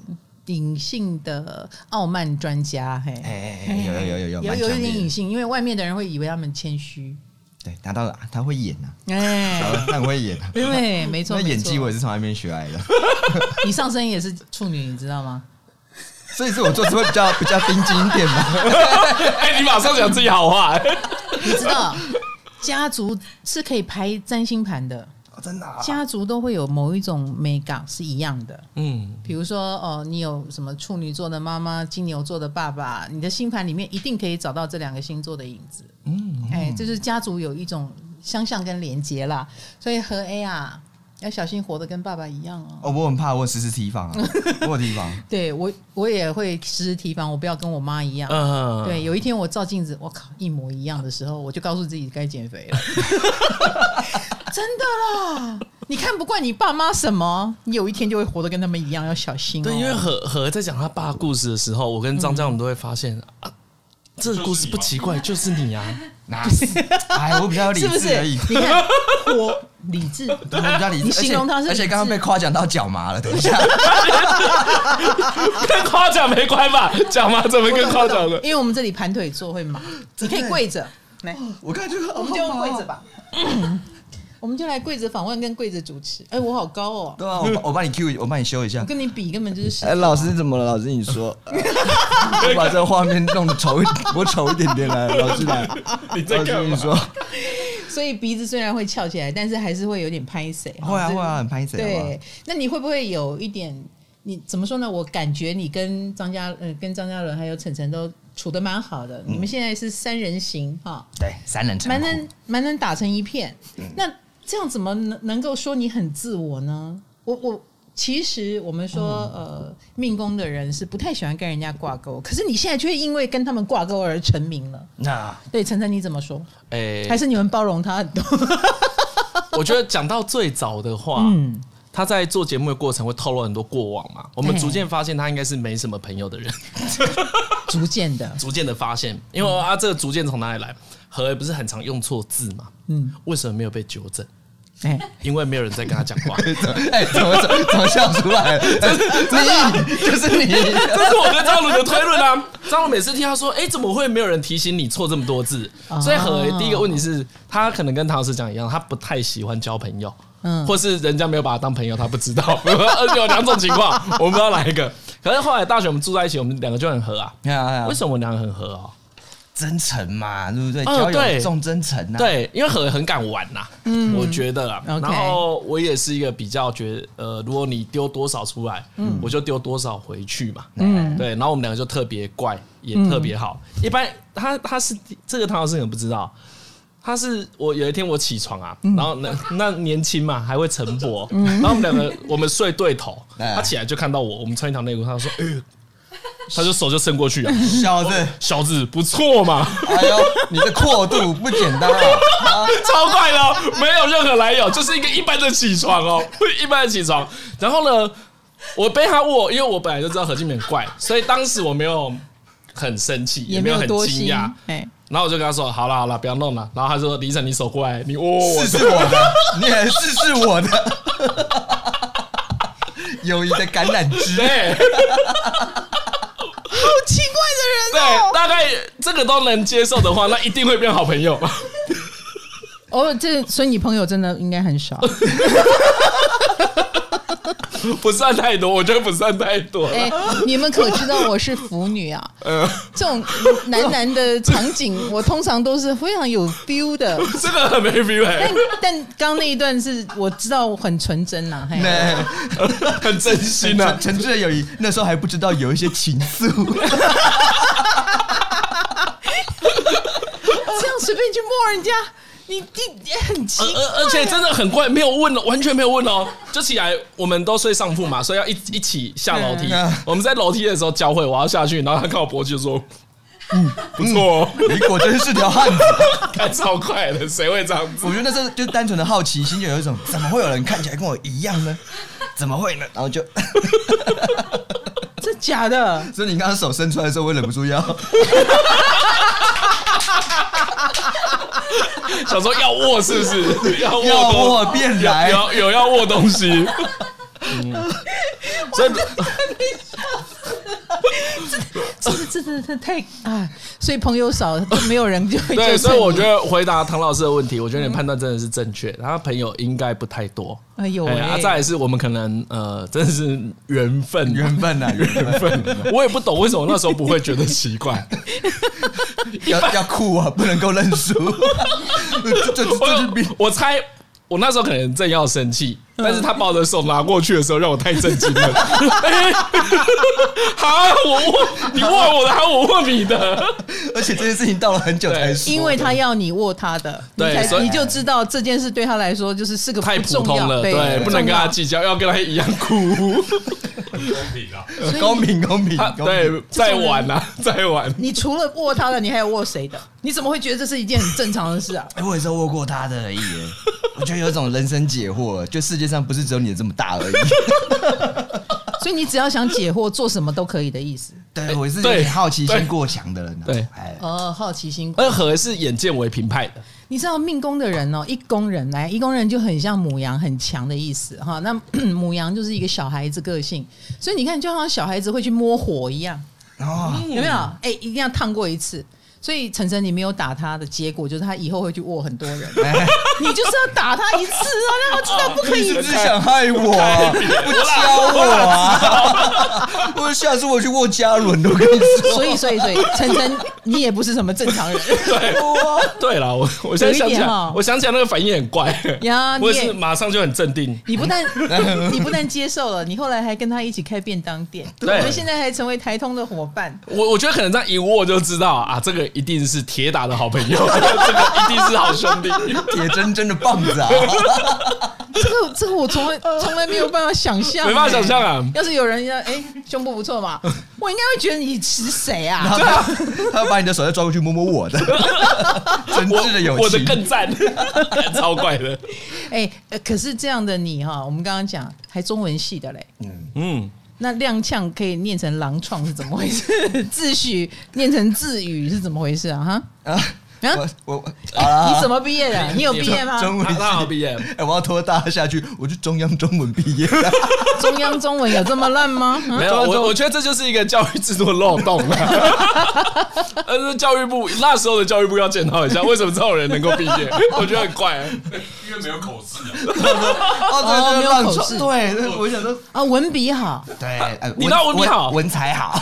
隐性的傲慢专家，嘿，
哎哎哎有有有有有
有
蛮
有
强
一
烈
点
的
隐性，因为外面的人会以为他们谦虚，
对，拿到了，他会演啊，
哎，
他很会演啊。
对，没错，
那演技我
没
也是从那边学来的，
错你上身也是处女，你知道吗？
所以说我做事会比较比较盯紧一点嘛。
哎、你马上讲自己好 话、哎
你知道家族是可以排占星盘的，
真的、啊，
家族都会有某一种美感是一样的。
嗯，
比如说，哦，你有什么处女座的妈妈、金牛座的爸爸，你的星盘里面一定可以找到这两个星座的影子。嗯，哎，就是家族有一种相像跟连接啦，所以和 A 啊，要小心活得跟爸爸一样哦。
哦，我很怕，我时时提防啊， 我有提防。
对我，我也会时时提防，我不要跟我妈一样。
嗯，
对，有一天我照镜子，我靠，一模一样的时候，我就告诉自己该减肥了。 真的啦，你看不惯你爸妈什么，你有一天就会活得跟他们一样，要小心、哦。
对，因为何何在讲他爸的故事的时候，我跟张江我们都会发现啊，这个故事不奇怪，就是你啊，
那是哎，我比较有理
是不
智
是？
而已，
你看，我理智，
我比较理智。
你形容他
而
是
且而且
理智
刚刚被夸奖到脚麻了，等一下，
跟夸奖没关吧？讲嘛，怎么跟夸奖的？
因为我们这里盘腿坐会麻，你可以跪着，来，
我看这个，
我们就用跪 着吧。我们就来跪着访问跟跪着主持。哎、我好高哦！
对啊，我帮我帮你 Q，我帮你修一
我
下。
跟你比根本就是屎
哎，老师怎么了？老师你 说，我把这画面弄得丑一，我丑一点点来，老师来，
你在
老
干
师你
嘛？
说，
所以鼻子虽然会翘起来，但是还是会有点拍谁。
会啊
哦这
会啊，很拍手。
对，那你会不会有一点？你怎么说呢？我感觉你跟张嘉呃，跟张嘉伦还有晨晨都处的蛮好的。
嗯
你们现在是三人行哈，
对，三人成
蛮
虎
能蛮能打成一片。
嗯
那这样怎么能能够说你很自我呢？我我其实我们说、
嗯
呃，命宫的人是不太喜欢跟人家挂钩，可是你现在却因为跟他们挂钩而成名了。
那
对，晨晨你怎么说？
哎、
还是你们包容他很多？
我觉得讲到最早的话，
嗯，
他在做节目的过程会透露很多过往嘛，我们
对
逐渐发现他应该是没什么朋友的人，
逐渐的，
逐渐的发现，因为啊，这个逐渐从哪里来？何为不是很常用错字嘛？
嗯，
为什么没有被纠正？
哎、
因为没有人在跟他讲话，
哎，怎么怎么怎么笑出来？你就是你，
这是我跟张鲁的推论啊。 张鲁每次听他说，哎、怎么会没有人提醒你错这么多字？所以何为第一个问题是他可能跟唐老师讲一样，他不太喜欢交朋友。
嗯
或是人家没有把他当朋友，他不知道， 而且有两种情况，我们不知道哪一个。可是后来大学我们住在一起，我们两个就很合啊。
哎呀哎呀
为什么我们两个很合啊？
真诚嘛，对不对？
哦
交
对
友重真诚啊。，
对，因为很很敢玩呐、嗯，我觉得啦。
OK
然后我也是一个比较觉得，呃，如果你丢多少出来，我就丢多少回去嘛，嗯，对。然后我们两个就特别怪，也特别好。一般他他是这个唐老师可能不知道。他是我有一天我起床啊，然后那 那年轻嘛还会晨勃，然后我们两个我们睡对头，
哎
他起来就看到我，我们穿一条内裤，他说，哎呦他就手就伸过去啊，
小子，
小子不错嘛，
哎呦，你的阔度不简单啊！啊
超快的哦，没有任何来由，就是一个一般的起床哦， 一般的起床。然后呢，我被他握，因为我本来就知道何敬明很怪，所以当时我没有很生气，也
也
没
没
有
有
很
多
惊
心
讶。，
哎、
然后我就跟他说：“好了好了，不要弄了。”然后他说：“李晨，你手过来，你握握 我
试。试我的，你也试试我的。友谊的橄榄”枝，
对
好奇怪
对，大概这个都能接受的话，那一定会变好朋友。
的人哦！哦，这所以你朋友真的应该 很少。
不算太多，我觉得不算太多。
哎、你们可知道我是腐 女啊？
呃，
这种男男的场景，我通常都是非常有 feel 的。
这个很没 feel，、
但
欸、
但刚那一段是我知道我很纯真呐、嘿
那
很真心啊
纯。纯挚的友谊，那时候还不知道有一些情愫。
这样随便去摸人家，你你也很奇
而
怪、
而而且真的很怪，没有问哦，完全没有问哦，就起来，我们都睡上铺嘛，所以要一一起下楼梯
嗯。
我们在楼梯的时候交汇，我要下去，然后他看我脖子就说：“嗯，不错、哦，
你果真是条汉子。
看超快的，谁会这样子
我觉得那是就单纯的好奇心，就有一种怎么会有人看起来跟我一样呢？怎么会呢？然后就，
这假的
呃
所以你刚刚手伸出来的时候，我忍不住要，
想说要握是不是？要握
要
东
握便来
有有有要握东西。嗯所以
这这这这太啊！所以朋友少，就没有人就
对，所以我觉
得
得回答唐老师的问题，我觉得你的判断真的是正确。他朋友应该不太多。
哎呦喂、
哎，啊，再来是我们可能呃，真的是缘分，
缘分呐、啊，缘分，
我也不懂为什么那时候不会觉得奇怪，
要要酷啊，不能够认输， 这这这是比
我我猜。我那时候可能正要生气，但是他把我的手拿过去的时候，让我太震惊了。 哎哈，我握你握我的，还我握你的，
而且这件事情到了很久才说，
因为他要你握他的，你
对所
才
以
你就知道这件事对他来说就是是个
太
不
普
重
通
要，
了，
对，
对，
不
不能跟他
重
计较，要跟他一样酷。
很公平啊！
要所以
公平公平
他，
公平，
对，再玩啊，再玩。
你除了握他的，你还有握谁的？你怎么会觉得这是一件很正常的 事啊？
哎、我也是握过他的而已耶，我觉得有一种人生解惑，就世界上不是只有你这么大而已。
所以你只要想解惑，做什么都可以的意思。
对，我是有
对
点好奇
对
心过强的人、啊，
对
哎，
哦，好奇心
而何是眼见为凭派的，
你知道命宫的人哦，一宫人来，一宫人就很像母羊很强的意思哈。那 母羊就是一个小孩子个性，所以你看，就好像小孩子会去摸火一样，
哦，
嗯有没有？哎、一定要烫过一次。所以晨晨你没有打他的结果就是他以后会去握很多 人，你就是要打他一次啊，让他知道不可
你
以
是不是想害我、啊？不教我啊！ 我下次我去握嘉伦，我跟你说。
所以，所以，所以，晨晨，你也不是什么正常
啊
人
对了，我我现在想起
有一点
来
哦，
我想起来那个反应很怪，
呀。你
我也是
也，
马上就很镇定。
你不 但你不但接受了，你后来还跟他一起开便当店，我
对
们现在还成为台通的伙伴。
我我觉得可能这样一握就知道啊，这个一定是铁打的好朋友， 这个一定是好 兄弟。
铁铮铮的棒 子啊！
这个，这个我从来从来没有办法想象，
没办法想象啊
要是有人要，哎，胸部不错 嘛，我应该会觉得你是谁
然
啊？
后他他把你的手再抓过去摸摸我 的，真
我
挚的友情。
我的更赞， 超怪的。
哎，呃可是这样的你哈，我们刚刚讲还中文系的嘞，
嗯，
那踉跄可以念成狼创是怎么回事？自诩念成自语是怎么回事啊？哈，
啊！我我我啊！
你怎么毕业的？你有毕业吗？
中文
他
系
他好毕业，
哎我要拖大家下去，我去中央中文毕业。啊
中央中文有这么烂吗？ 啊
没有我，我觉得这就是一个教育制度的漏洞了。 呃，教育部那时候的教育部要检讨一下，为什么这种人能够毕业？ 我觉得很 怪。啊
因为没有口试啊。
哦
没有口试
对，我想说，
啊，文笔好，
对，哎
你那文笔好
文才好，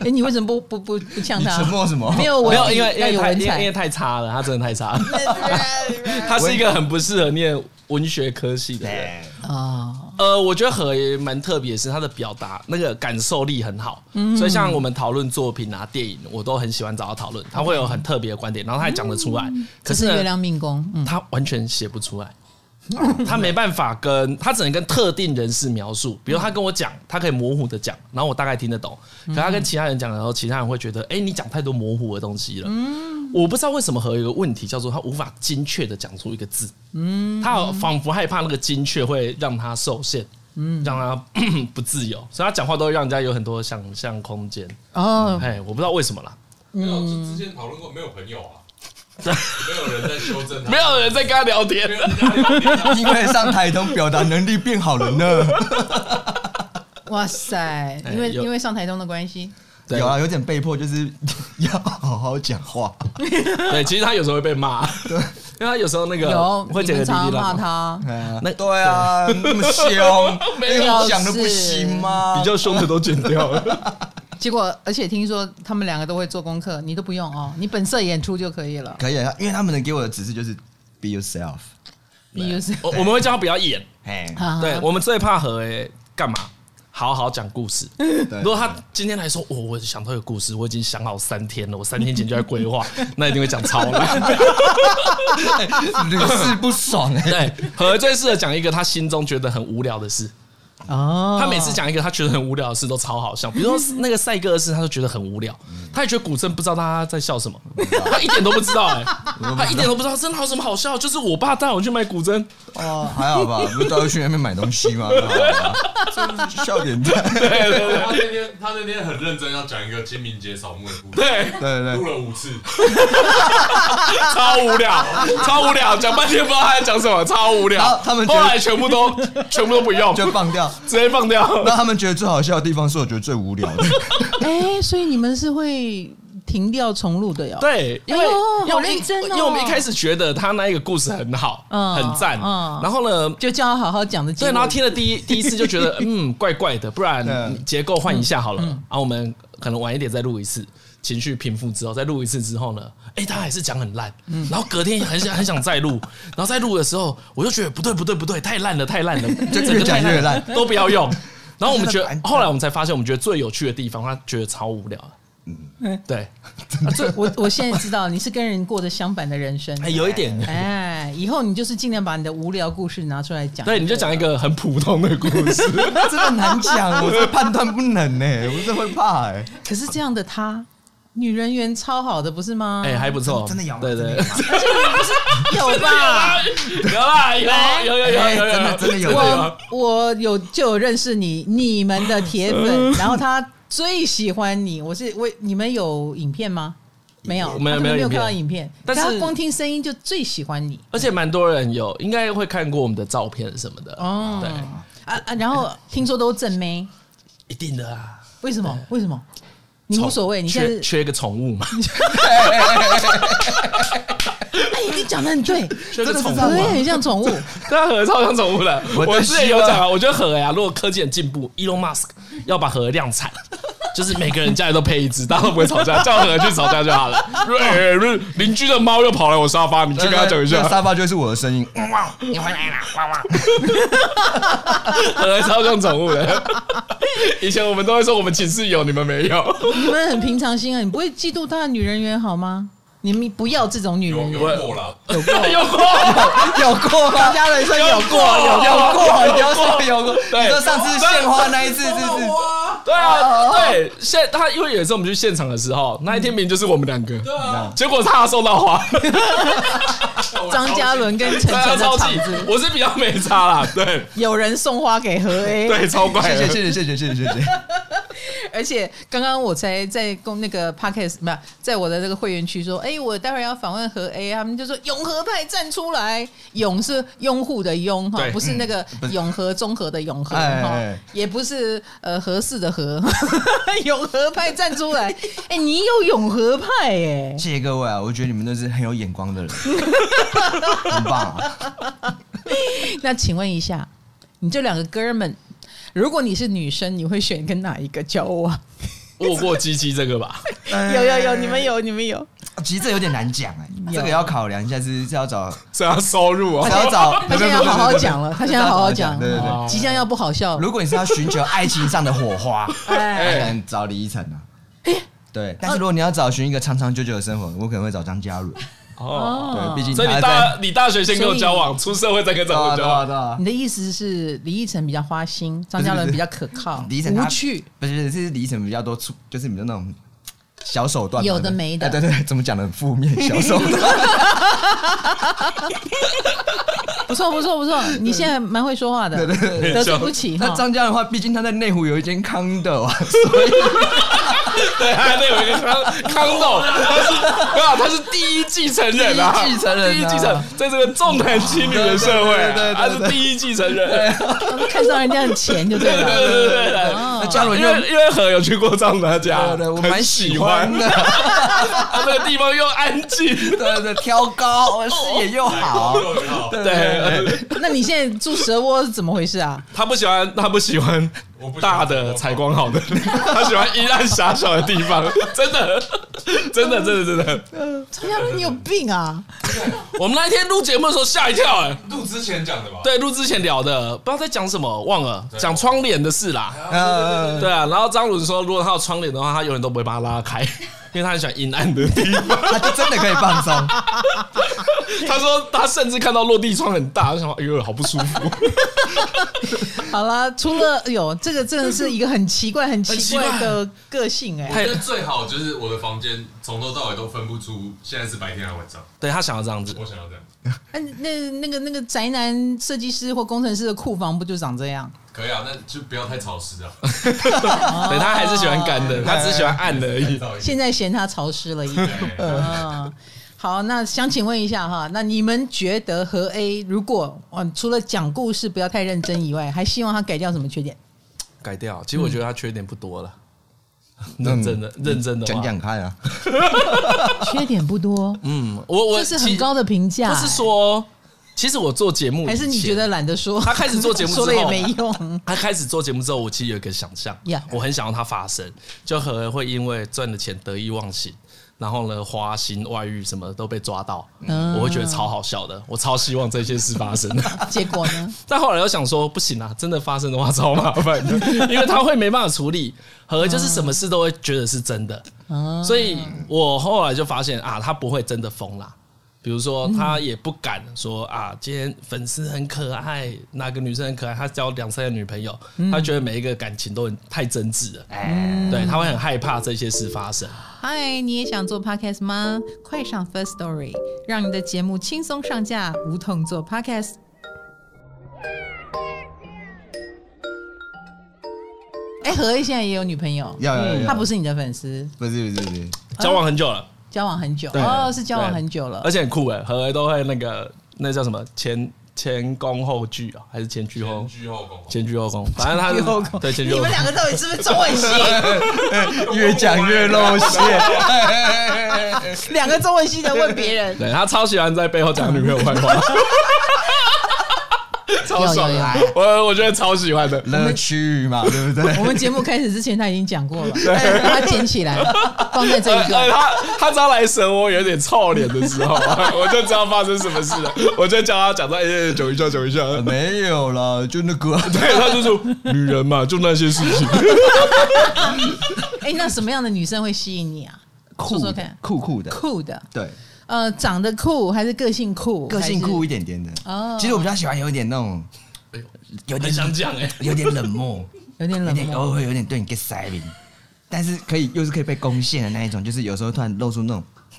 哎、你为什么不不不不呛
你
他？
沉默什么？
啊没有
没
文
有，
笔，
因为因
要
为
有
太
文
因为因为
采。
太差了，他真的太差了。 他是一个很不适合念文学科系的人。
对。
啊，
呃，我觉得何也蛮特别，是他的表达那个感受力很好，所以像我们讨论作品啊、电影，我都很喜欢找他讨论，他会有很特别的观点，然后他也讲得出来。可
这
嗯是
是月
呢，
亮命宫，嗯，
他完全写不出来。他没办法跟他只能跟特定人士描述，比如他跟我讲，他可以模糊的讲，然后我大概听得懂。可他跟其他人讲的时候，其他人会觉得，哎、你讲太多模糊的东西了。我不知道为什么和有一个问题叫做他无法精确的讲出一个字。他仿佛害怕那个精确会让他受限，让他 不自由，所以他讲话都会让人家有很多想象空间。
哦，
哎，我不知道为什么啦，
没有，就之前讨论过，没有朋友啊，没有人在修正他，
没有人在跟他聊天
没。有人在聊天啊
因为上台通表达能力变好了呢，
哇塞，因
嗯哎
为
有
因为上台东的关系，
对
有啊，有点被迫，就是要好好讲话。
对，其实他有时候会被骂， 因为他有时候那个
有
会
你
觉得滴
们常常
滴
骂
啦。
他，
那
那
对啊，那么 凶，
没有
那讲的不行吗？
比较凶的都剪掉了，
结果而且听说他们两个都会做功课，你都不用哦，你本色演出就可以 了。
可以啊，因为他们能给我的指示就是 be yourself。
你就是
我我们会叫他不要演。
嘿，
啊
对我们最怕和诶干嘛？好好讲故事。
对
如果他今天来说，哦我我想到一个故事，我已经想好三天了，我三天前就在规 划，那一定会讲超烂。
屡试不爽哎。
对，何最适合讲一个他心中觉得很无聊的事。
哦，
他每次讲一个他觉得很无聊的事都超好笑，比如 说那个赛鸽的事，他就觉得很无聊，他也觉得古筝不知道他在笑什么，他一点都不知道哎、他一点嗯都不知道，真的有什么好笑？就是我爸带我去买古筝，
哦，还好吧，不是都要去那边买东西 吗？真是笑点 在。对
他那天他那天很认真要讲一个清明节扫墓的 故事，
对，
对
录
对，
了五次，
超无 聊，超无聊，讲半天不知道他在讲什么，超无
然后
聊。
他们觉
后
得
来全部 都全部都不用，就
就放掉。
直接放掉。
那他们觉得最好笑的地方是我觉得最无聊的。
哎，所以你们是会停掉重录的哟。
对，因为
哎呦
因为我
好
们一
认真哦
因为我们一开始觉得他那一个故事很好，
嗯
很赞，
嗯
然后呢，
就叫他好好讲的结
对，
果。
然 后听了第一第一次就 觉得嗯怪怪的，不然
嗯
结构换一下好了。然后我们可能晚一点再录一次，情绪平复之后再录一次之后呢，哎，他还是讲很烂，
嗯
然后隔天也很想很想再录，然后再录的时候我就觉得不对不对不对，太烂了太烂了，
就
整个
越讲
太
越
了
烂
都不要用。然后我们觉
真
得
的，
后来我们才发现，我们觉得最有趣的地方，他觉得超无聊的。嗯，对，
我我现在知道你是跟人过着相反的人生。
哎，有一点，
哎，以后你就是尽量把你的无聊故事拿出来讲。
对，你就讲一个很普通的故 事。
真的很难讲，我这判断不能呢、我真的会怕哎、
可是这样的她，女人缘超好的，不是吗？
哎，还不错，
真的有吗
对对，
有吧？
啊有啦，有啊有有有有有，
哎真的真的有
我我有就有认识你，你们的铁粉，
嗯
然后她最喜欢你。我是我，你们有影片吗？没有，
没有
她可能
没
没
有
有
影片
看到影片，
但是
她光听声音就最喜欢你
而且蛮多人有，应该会看过我们的照片什么的。
哦。
对，
啊啊！然后听说都正妹，
一定的啊。
为什么？为什么？你
宠
无所谓你现在
缺
是
缺个宠物嘛？
哎，你讲的很对，
缺个宠物
真的是这
我也
样
嘛？
很像宠物，
大家核超啊像宠物的，
我
我
的
之前
希
有
望
讲啊，我觉得核呀、如果科技很进步，Elon Musk 要把核量产， 就是每个人家里都配一只，大家都不会吵架，叫核去吵架就好了。哎邻居的猫又跑来我沙发，你去跟他讲一
那
下
个。沙发就是我的声音。汪汪，你回来啦，汪汪。
核超像宠物的。以前我们都会说我们寝室有，你们没有。
你们很平常心啊，你不会嫉妒他的女人缘好吗？你们不要这种女
有
人
有
缘，
过了，
有过，有过，
有过吗？大家人生有过， 有有过，你要说有过。
对
你说上次献花那一次，是不是？
对啊，
哦
对，现他因为有一次我们去现场的时候，那一天明明就是我们两个，
对啊，
结果他送到 花，
张嘉伦跟陈
对啊，
晨的
超
场
气
子，，
我是比较没差啦，对
有人送花给何 A，
对，超怪
谢
的，
哎谢谢谢谢谢谢谢谢。
而且刚刚我才在公那个 podcast 没有，在我的这个会员区说，哎、我待会儿要访问何 A，他们就说永和派站出来，永是拥护的拥哈
对，
不是那个
嗯不是
永和综合的永和
哎哎
哈
哎，
也不是呃合适的和， 永和派站出来，哎、你有永和派哎、
谢谢各位啊！我觉得你们都是很有眼光的人，很棒、啊。
那请问一下，你这两个哥们，如果你是女生，你会选跟哪一个交往？
握过鸡鸡这个吧，
哎
有有有，你们有你们有，
其实这有点难讲哎、
有
这个要考量一下是是要找是
是他收入哦，
要找，
他现在要好好讲了，他现在要好好讲，
对对对。
即将要不好笑了。
如果你是要寻求爱情上的火花，
哎，
可能找李依晨啊。对，但是如果你要找寻一个长长久久的生活，我可能会找张嘉伦。
哦，
对，毕竟
所以
他在
你大你大学先跟我交往，出社会再跟
对
找
啊
我
对
交
啊
往，
对啊
你，的意思是李依晨比较花心，张嘉伦比较可靠，
李依晨他
无趣。
不是是李依晨比较多出，就是你们那种小手段嘛，
有的没的
哎对对对，怎么讲的很负面，小手段。
不错不错不错，你现在蛮会说话的，得罪不起
那
哈。
张嘉伦的话，毕竟他在内湖有一间康的啊，
对，他那 有一个康康豆，他是没有，啊他是第一继承人啊，
第一继承人啊
第一继承，在这个重男轻女的社会
对对对对对
啊，他是第一继承人，
看上人家的钱就对
对对
了。
对对对。
那嘉伦
因
又
为因为何有去过丈他家，
对对，我蛮
很
喜
喜
欢的，
他那个地方又安静，
对对，挑高，视野又好，
又很好，
对对
对，
那你现在住蛇窝是怎么回事啊？
他不喜欢他不喜欢
我不喜欢
大的采光 好的，他喜欢阴暗狭小的地方，真的，真的，真的，真的。
张嘉伦，你有病啊！
我们那一天录节目的时候吓一跳，哎，
录之前讲的吧？
对，录之前聊的，不知道在讲什么，忘了
对
讲窗帘的事啦。
呃，
对啊，然后张伦说，如果他有窗帘的话，他永远都不会把它拉开， 因为他很喜欢阴暗的地方。
他就真的可以放松。
他说他甚至看到落地窗很大，就想说哎呦好不舒服。
好啦，除了哎呦，这个真的是一个很奇怪、很奇怪的个性哎、
我觉得最好就是我的房间从头到尾都分不出现在是白天还是晚上，
对他想要这样子，
我想要这样，
那那那个那个宅男设计师或工程师的库房不就长这样？
可以啊，那就不要太潮湿啊，
对他还是喜欢干的，他只是喜欢暗的而已。
燥一点
现在嫌它潮湿了一点。
对
嗯，好，那想请问一下哈，那你们觉得和 A 如果嗯除了讲故事不要太认真以外，还希望他改掉什么缺点？
改掉，其实我觉得他缺点不多了。 嗯认真的，认真的话
讲讲看啊，
缺点不多，
嗯，我我
这是
其
很高的评价、欸
就是说，其实我做节目以前，
还是你觉得懒得说？
他开始做节目之后
说了也没 用。
他开始做节目之后，我其实有一个想象
Yeah
我很想要他发生，就何恩会因为赚的钱得意忘形，然后呢花心、外遇什么都被抓到，
嗯
我会觉得超好笑的，我超希望这些事发生。
结果呢？
但后来又想说，不行啊，真的发生的话超麻烦的， 因为他会没办法处理，何就是什么事都会觉得是真的，所以我后来就发现啊，他不会真的疯啦。比如说，他也不敢说啊，今天粉丝很可爱，哪个女生很可爱，他交两三个女朋友，他觉得每一个感情都很太真挚了，对，他会很害怕这些事发生。
嗨，你也想做 podcast 吗？快上 First Story，让你的节目轻松上架，无痛做 podcast。哎，何毅现在也有女朋友，
要要要，
他不是你的粉丝，
不是不是不是，
交往很久了，
交往很久
对
哦，是交往很久了
而。且很酷哎，何何都会那个那叫什么前前恭后拒啊，还是前拒后
前居后宫，
前拒后恭？反正他
前居后
是
恭
对前拒
你
后
们
恭。
两个到底是不是 中文系？
越讲越露馅。
两个中文系的问别人，
对他超喜欢在背后讲女朋友坏话， 超爽
有有
啊
有！
我我觉得超喜欢的。
乐趣嘛，对不对
我？们节目开始之前他已经讲过了，把它捡起 来放在这一
呃呃
个。
他他只要来神我有点臭脸的时候啊， 我就知道发生什么事了。我就叫他讲说，哎、欸，久一下，久一下。
没有啦，就那个啊、
对，他就说女人嘛，就那些事 情。
哎，那什么样的女生会吸引你啊？
酷
说说看，
酷酷的，
酷的，
对，
呃，长得酷还是个性酷？
个性酷
还
一
是。
点点的。
哦
其实我比较喜欢有一点那种，有点
讲 哎、
有点冷漠，
有点 冷漠
有点偶尔会有点对你 get silent，但是可以又是可以被攻陷的那一种，就是有时候突然露出那种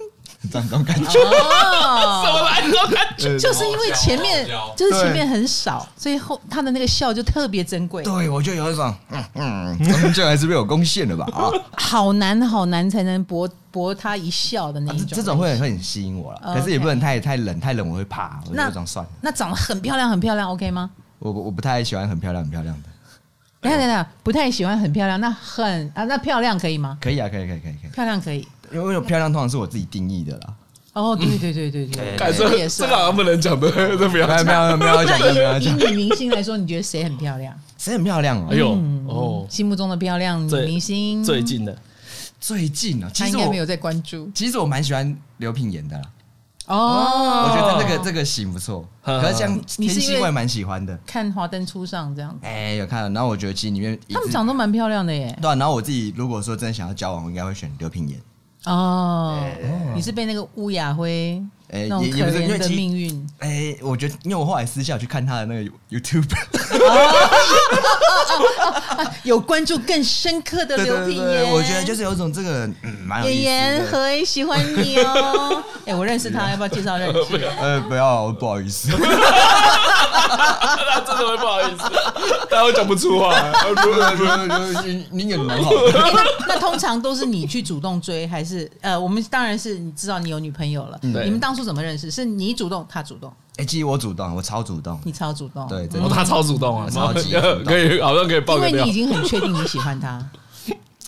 这样这种感觉。
哎
哦，
来都感觉
就是因为前面就是前
对
面很少，所以后他的那个笑就特别珍 贵。
对，我就有一种，嗯嗯，终究还是被我攻陷了吧 啊！
好难好难才能博博他一笑的那
啊
一
这
种。
这种会很会很吸引我了，可是也不能太太冷，太冷我会怕，我就
那
有种算了，
那长得很漂亮很漂亮，OK 吗？
我我不太喜欢很漂亮很漂亮的。
等一下等一下，不太喜欢很漂亮，那很啊，那漂亮可以吗？
可以啊，可以可以可以可以，
漂亮可以。
因为漂亮通常是我自己定义的啦。
哦，对对对对
嗯
对，
哎
感
这个
这
哎也是啊
这个好像不能讲的，这 不要
没有
讲。
没有没有讲，没有没有
那以以
讲，
女明星来说，你觉得谁很漂亮？
谁很漂亮哦？
哎呦
嗯
哦，
心目中的漂亮女
最
明星，
最近的
最近哦，其
她应
实
该
我
没有在关注
其实我蛮喜欢刘品言的啦，
哦。
我觉得这个这个型不错。
嗯
可是像
你
天
是因为
蝎我也蛮喜欢的，
看《华灯初上》这样子，
哎，有看了。然后我觉得其实里面一
他们
致
长得都蛮漂亮的耶。
对啊，然后我自己如果说真的想要交往，我应该会选刘品言。
哦，你是被那个乌雅辉
哎
那种
也
可
也不是因
怜
为
的
其实
命运
哎，我觉得因为我后来私下去看他的那个 YouTube，
有关注更深刻的
对
刘
对对
品
对，
言，
我觉得就是有一种这个人嗯蛮有
演
意
员
思的。
很喜欢你哦。 哎，我认识他，要不要介绍认 识？
呃，不要，不好意 思。
他真的会不好意思， 他会讲不出话。
你你也蛮好。
哎那 那通常都是你去主动追，还是呃，我们当然是你知道你有女朋友了。
嗯
对
你们当初怎么认识？是你主动，他主动，
哎，其实我主动，我超主动。
你超主动。
对，，真
哦，
的。
他超主动啊，
超级主动
可以，好像可以爆
因
个
为
料
你已。经很确定你喜欢他。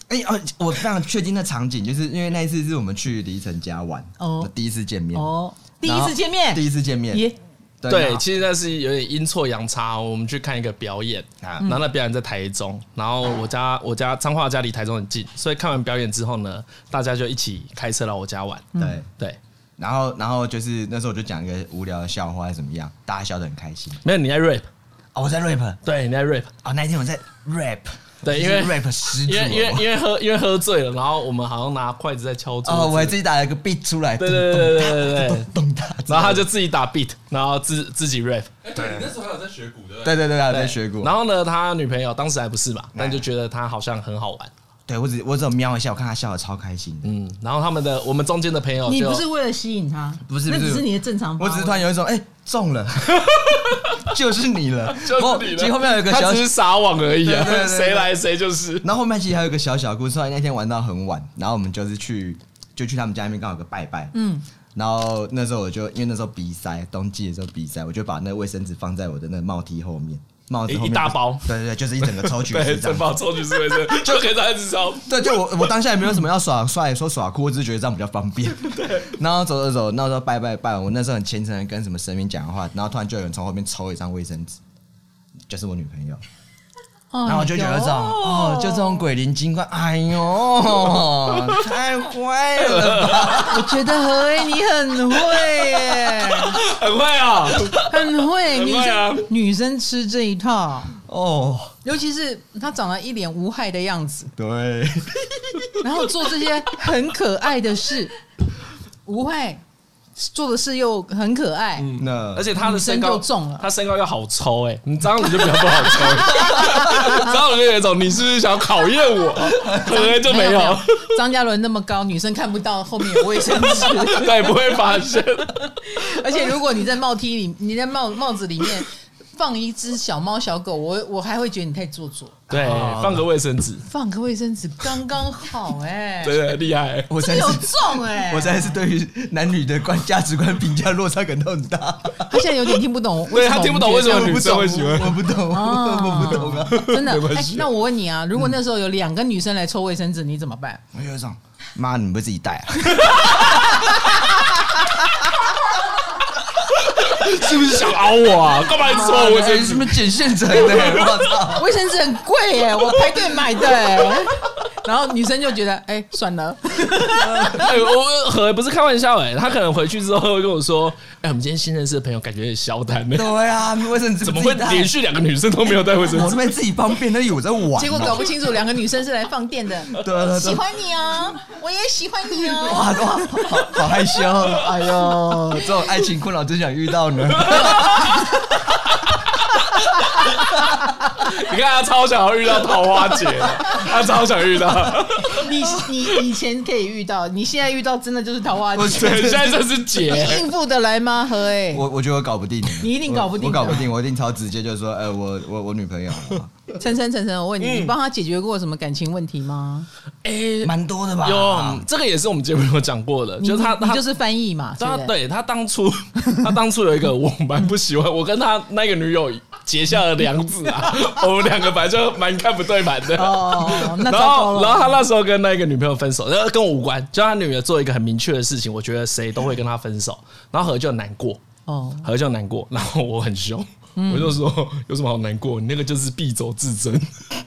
哎、哦，我非常确定的场景，就是因为那一次是我们去黎晨家玩，
哦
哦，第一次见面，
哦，第一
然后
次见面，
第一次见面，
耶，
对，
然后
其实那是有点阴错阳差哦。我们去看一个表演，
啊
然后那表演在台中，然后我家我家彰化家离台中很近，所以看完表演之后呢，大家就一起开车来我家玩。
嗯
对，
对，
然后然后就是那时候我就讲一个无聊的笑话，还是怎么样，大家笑得很开心。
没有你在 rap，
哦，我在 rap，
对，你在 rap，
哦，那一天我在 rap，
对
我
因为
是 rap 始祖
因
哦，
为因为因为喝因为喝醉了，然后我们好像拿筷子在敲桌子，
哦，我还自己打了一个 beat 出来，
对对对对对对，
咚哒，
然后他就自己打 beat，然后自自己 rap。
哎，对，你那时候还有在学鼓对不对？
对对对，他有在学鼓，
然后呢，他女朋友当时还不是嘛，但就觉得他好像很好玩。
对我只我只有瞄一下，我看他笑得超开心的，
嗯，然后他们的我们中间的朋友
你
就
不是为了吸引他，
不是
那
不
只
是
是你的正常发
我
挥。
只是突然有一种哎、中了， 就是你了，
就是你
其实后
了
面有一个
他
小
只是撒网而已
对对
啊，
对对
谁来谁就是。
然后后面其实还有一个小小故事，后来那天玩到很晚，然后我们就是去就去他们家那边刚好有个拜拜，嗯，然后那时候我就因为那时候鼻塞，冬季的时候鼻塞，我就把那个卫生纸放在我的那个帽 T 后面，帽子后面
一一大包
对对对，就是一整个抽 取
对，
式这
整
样。
包抽取式卫 生，就可以在一直抽。
对，就我我当下也没有什么要耍帅说耍酷，我只是觉得这样比较方 便。 对，然后走走走，那时候拜拜拜，我那时候很虔诚的跟什么神明讲话，然后突然就有人从后面抽一张卫生纸，就是我女朋友。
哦，
然后我就觉得这种哦，就这种鬼灵精怪，哎呦，太坏了吧！
我觉得何威你很 会耶，
很会啊！
很会，
很
女
会啊
生女生吃这一套，
哦，
尤其是她长得一脸无害的样子，
对，
然后做这些很可爱的事，无害，做的事又很可爱，
嗯
那
而且他的身高
女生就中了
他身高又好抽哎、你这样子就比较不好 抽。这样子就有一种你是不是想考验我？可能就哎没有，
张嘉伦那么高，女生看不到后面有卫生纸，
对，不会发现。
而且如果你在帽 T 里，你在帽帽子里面。放一只小猫小狗，我我还会觉得你太做作。
对，放个卫生纸，
放个卫生纸刚刚好哎、
对对，厉害、
我
这
才
个有
是
重哎、
我才是对于男女的观价值观评价落差感到很大，
他现在有点听不懂，
对他听不懂为什么
我不
女生
懂，
会喜欢
我不懂，我不懂啊！
真的
没关
哎、
系
那我问你啊，如果那时候有两个女生来抽卫生纸，你怎么办？
我就想，妈，你们会自己带啊？
是不是想熬我啊？干嘛一直说我卫生
什
纸？
么捡现成的？我操！
卫生纸很贵 耶、我排队买的、哎然后女生就觉得，哎、算了，
哎，我何不是开玩笑哎、他可能回去之后会跟我说，哎、我们今天新认识的朋友感觉有点消淡哎呢、
对啊，卫生纸
怎么会连
连续？
续两个女生都没有带卫生
我
纸
这？边自己方便，那有在玩。
结果搞不清楚，两个女生是来放电 的，
对对
喜
对，
欢你哦，我也喜欢你 哦。
哇哇，好好害羞！哎呦，这种爱情困扰真想遇到呢。
你看他超想要遇到桃花姐的，他超想遇 到，
你你以前可以遇到，你现在遇到真的就是桃花
我
劫，
对，现在这是姐，
你应付得来吗？何哎、
我我觉得我搞不定，
你一定搞不定
我我搞不定，我一定超直接，就说，呃，我我我女朋 友啊
晨晨晨晨，我问
嗯
你，你帮他解决过什么感情问题吗？
哎、
蛮多的吧？
有这个也是我们节目有讲过的，就是他
你你
他
就是翻译嘛，
他
对不对？
对他当初 他当初有一个我蛮不喜欢，我跟他那个女友结下了梁子 啊，我们两个本来就蛮看不对盘的。
哦，那
然
糟糕
后，
了。
然后他那时候跟那个女朋友分手，然后跟我无关，就他女儿做一个很明确的事情，我觉得谁都会跟他分手，然后何就难过，
哦，
何就难过，然 后我很凶，
嗯
我就说有什么好难过，你那个就是必走自珍，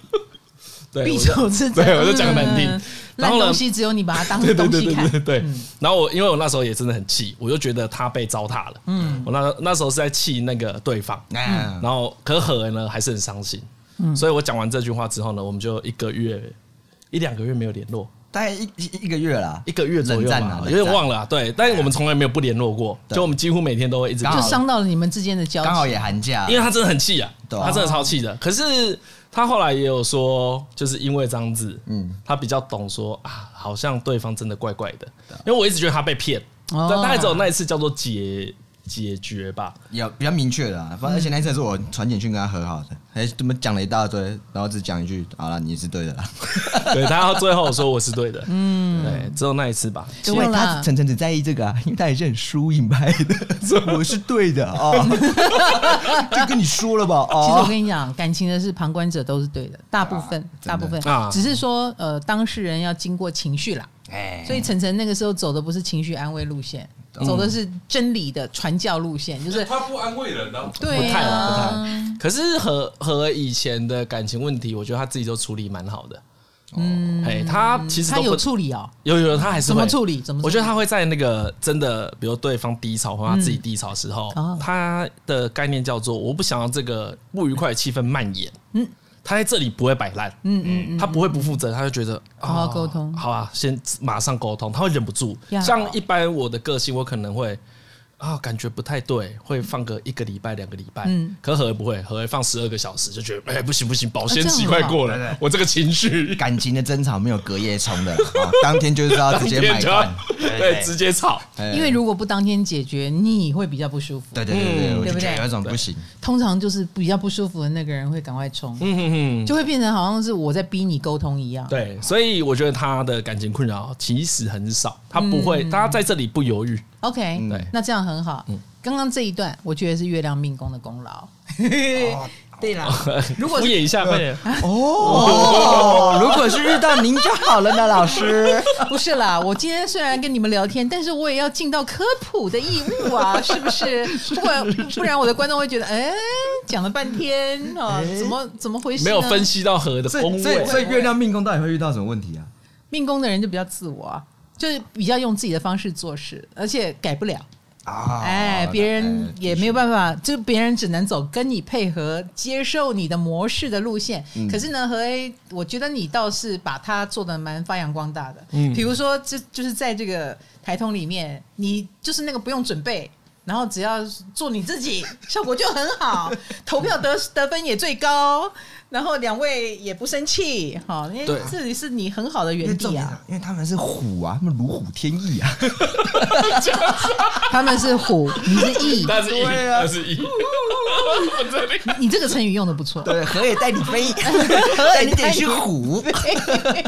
对，
必
我就
走之灾
对我就讲得难听
嗯
然后
烂
呢
东西只有你把它当
对 对
东
对
西
对
看嗯
对。对对。然后我因为我那时候也真的很气，我就觉得他被糟蹋了。嗯，我那那时候是在气那个对方，
啊，
然后可何恩呢还是很伤心。
嗯
所以我讲完这句话之后呢，我们就一个月一两个月没有联络，
大概一一一个月啦，
一个月左右
冷战
吧
啊，，
有点忘
了，
了啊。对，但是我们从来没有不联络过，
对
就我们几乎每天都会一直
刚
就
好
伤到了你们之间的交
刚好
集。
也寒假，
因为他真的很气啊，
对啊
他真的超气的。可是他后来也有说，就是因为这样子，嗯
嗯，
他比较懂说啊，好像对方真的怪怪的，因为我一直觉得他被骗，
啊哦
但大概只有那一次叫做解解决 吧。
有比较明确的啊，反正而且那一次是我传简讯跟他和好的，还这么讲了一大堆，然后只讲一句，好了，你是对的啦。
对，他最后说我是对的，嗯，对，只有那一次吧。
对 啦
因为他晨晨只在意这个啊，因为他也是很输赢派的，所以我是对的啊， 就跟你说了吧
其实
哦
我
啊。
跟你讲，感情的事，旁观者都是对的，大部分，
对
大
啊
部
真
分
的
啊，
只是说，呃，当事人要经过情绪啦。
哎
所以晨晨那个时候走的不是情绪安慰路线，走的是真理的传教路线，就是
他不安慰人啊呢、
不
对
太了，不太
啊，
啦。可是和和以前的感情问题，我觉得他自己都处理蛮好的。嗯，哎，他其实
他
都
有
不
处理哦，
有有，他还是
怎么
会
处理？怎么处理？
我觉得他会在那个真的，比如对方低潮或他自己低潮的时候，
嗯哦
他的概念叫做我不想要这个不愉快的气氛蔓延。嗯，他在这里不会摆烂，
嗯嗯嗯，
他不会不负责，他就觉得
好好沟通
啊好啊，先马上沟通，他会忍不住。
呀
像一般我的个性，我可能会。啊、感觉不太对，会放个一个礼拜、两个礼拜，
嗯
可何不会？何放十二个小时就觉得，哎、不行不行，保鲜
啊这样
期
很
快
好
过了，
对对
我这个 情绪
感情的争吵没有隔夜冲的啦，啊当天就是要直接买
就要，
断
对直接吵，
哎
因为如果不当天解决，你会比较不舒服。
对对对对，
嗯
我
对
就觉
不对
得有一种不行，
通常就是比较不舒服的那个人会赶快冲，
嗯哼哼，
就会变成好像是我在逼你沟通一样。
对，所以我觉得他的感情困扰其实很少，他不会，
嗯
他在这里不犹豫。
OK，、
对嗯
那这样很好。刚刚这一段，我觉得是月亮命宫的功劳。 对啦， 如果
敷衍一下，快点，
哦，如果是遇到您就好了呢，老 师。
不是啦，我今天虽然跟你们聊天，但是我也要尽到科普的义务啊，是不是？不管不然我的观众会觉得，哎、讲了半天啊，怎么怎么回事？
没有分，析到和的
所
风
以所以
味。
所以月亮命宫到底会遇到什么问题啊？
命宫的人就比较自我啊，就是比较用自己的方式做事，而且改不了。
啊，
哎，别人也没有办法，就别人只能走跟你配合、接受你的模式的路线。
嗯
可是呢，何 A，我觉得你倒是把它做的蛮发扬光
嗯
大的。比如说，这就是在这个台通里面，你就是那个不用准备。然后只要做你 自己，效果就很好，投票得得分也最高，然后两位也不生气，好，因为
对
这里是你很好的
因为
园
重
地
点
啊，
啊，因为他们是虎啊，他们如虎添翼啊。
他们是虎，你是翼，
但是一，
对啊
但是一，我这里
你这个成语用的不 错，
对， 河也带你飞，带你点是 虎。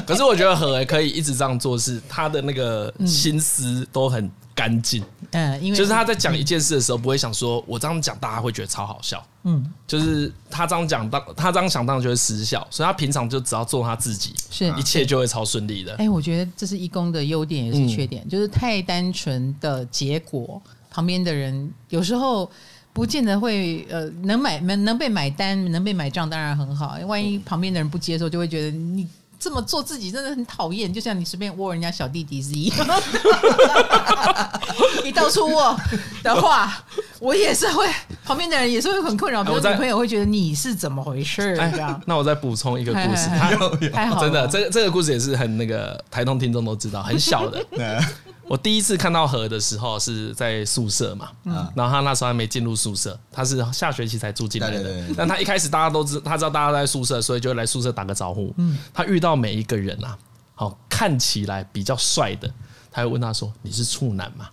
可是我觉得何为可以一直这样做，是他的那个
嗯
心思都很干净，
嗯，因为
就是他在讲一件事的时候，不会想说我这样讲大家会觉得超好笑，
嗯
就是他这样讲当他这样想当然就会失效，所以他平常就只要做他自己，
是
一切就会超顺利的
哎、。我觉得这是义工的优点，也
嗯
是缺点，就是太单纯的结果，旁边的人有时候不见得会呃能买能能被买单，能被买账当然很好，万一旁边的人不接受，就会觉得你。这么做自己真的很讨厌，就像你随便握人家小弟弟是一样， 你到处握的话，我也是会，旁边的人也是会很困扰，比如
哎我在
女朋友会觉得你是怎么回事这
啊
样。
哎那我再补充一个故事，
哎哎哎太好
哦
了
真的，这个这个故事也是很那个台东听众 都知道，很小的。我第一次看到何的时候是在宿舍嘛，
嗯
啊然后他那时候还没进入宿舍，他是下学期才住进来
对对
的
对对。
但他一开始大家都知，他知道大家都在宿舍，所以就会来宿舍打个招呼。
嗯
他遇到每一个人啊，好看起来比较帅的，他会问他说：“你是处男吗？”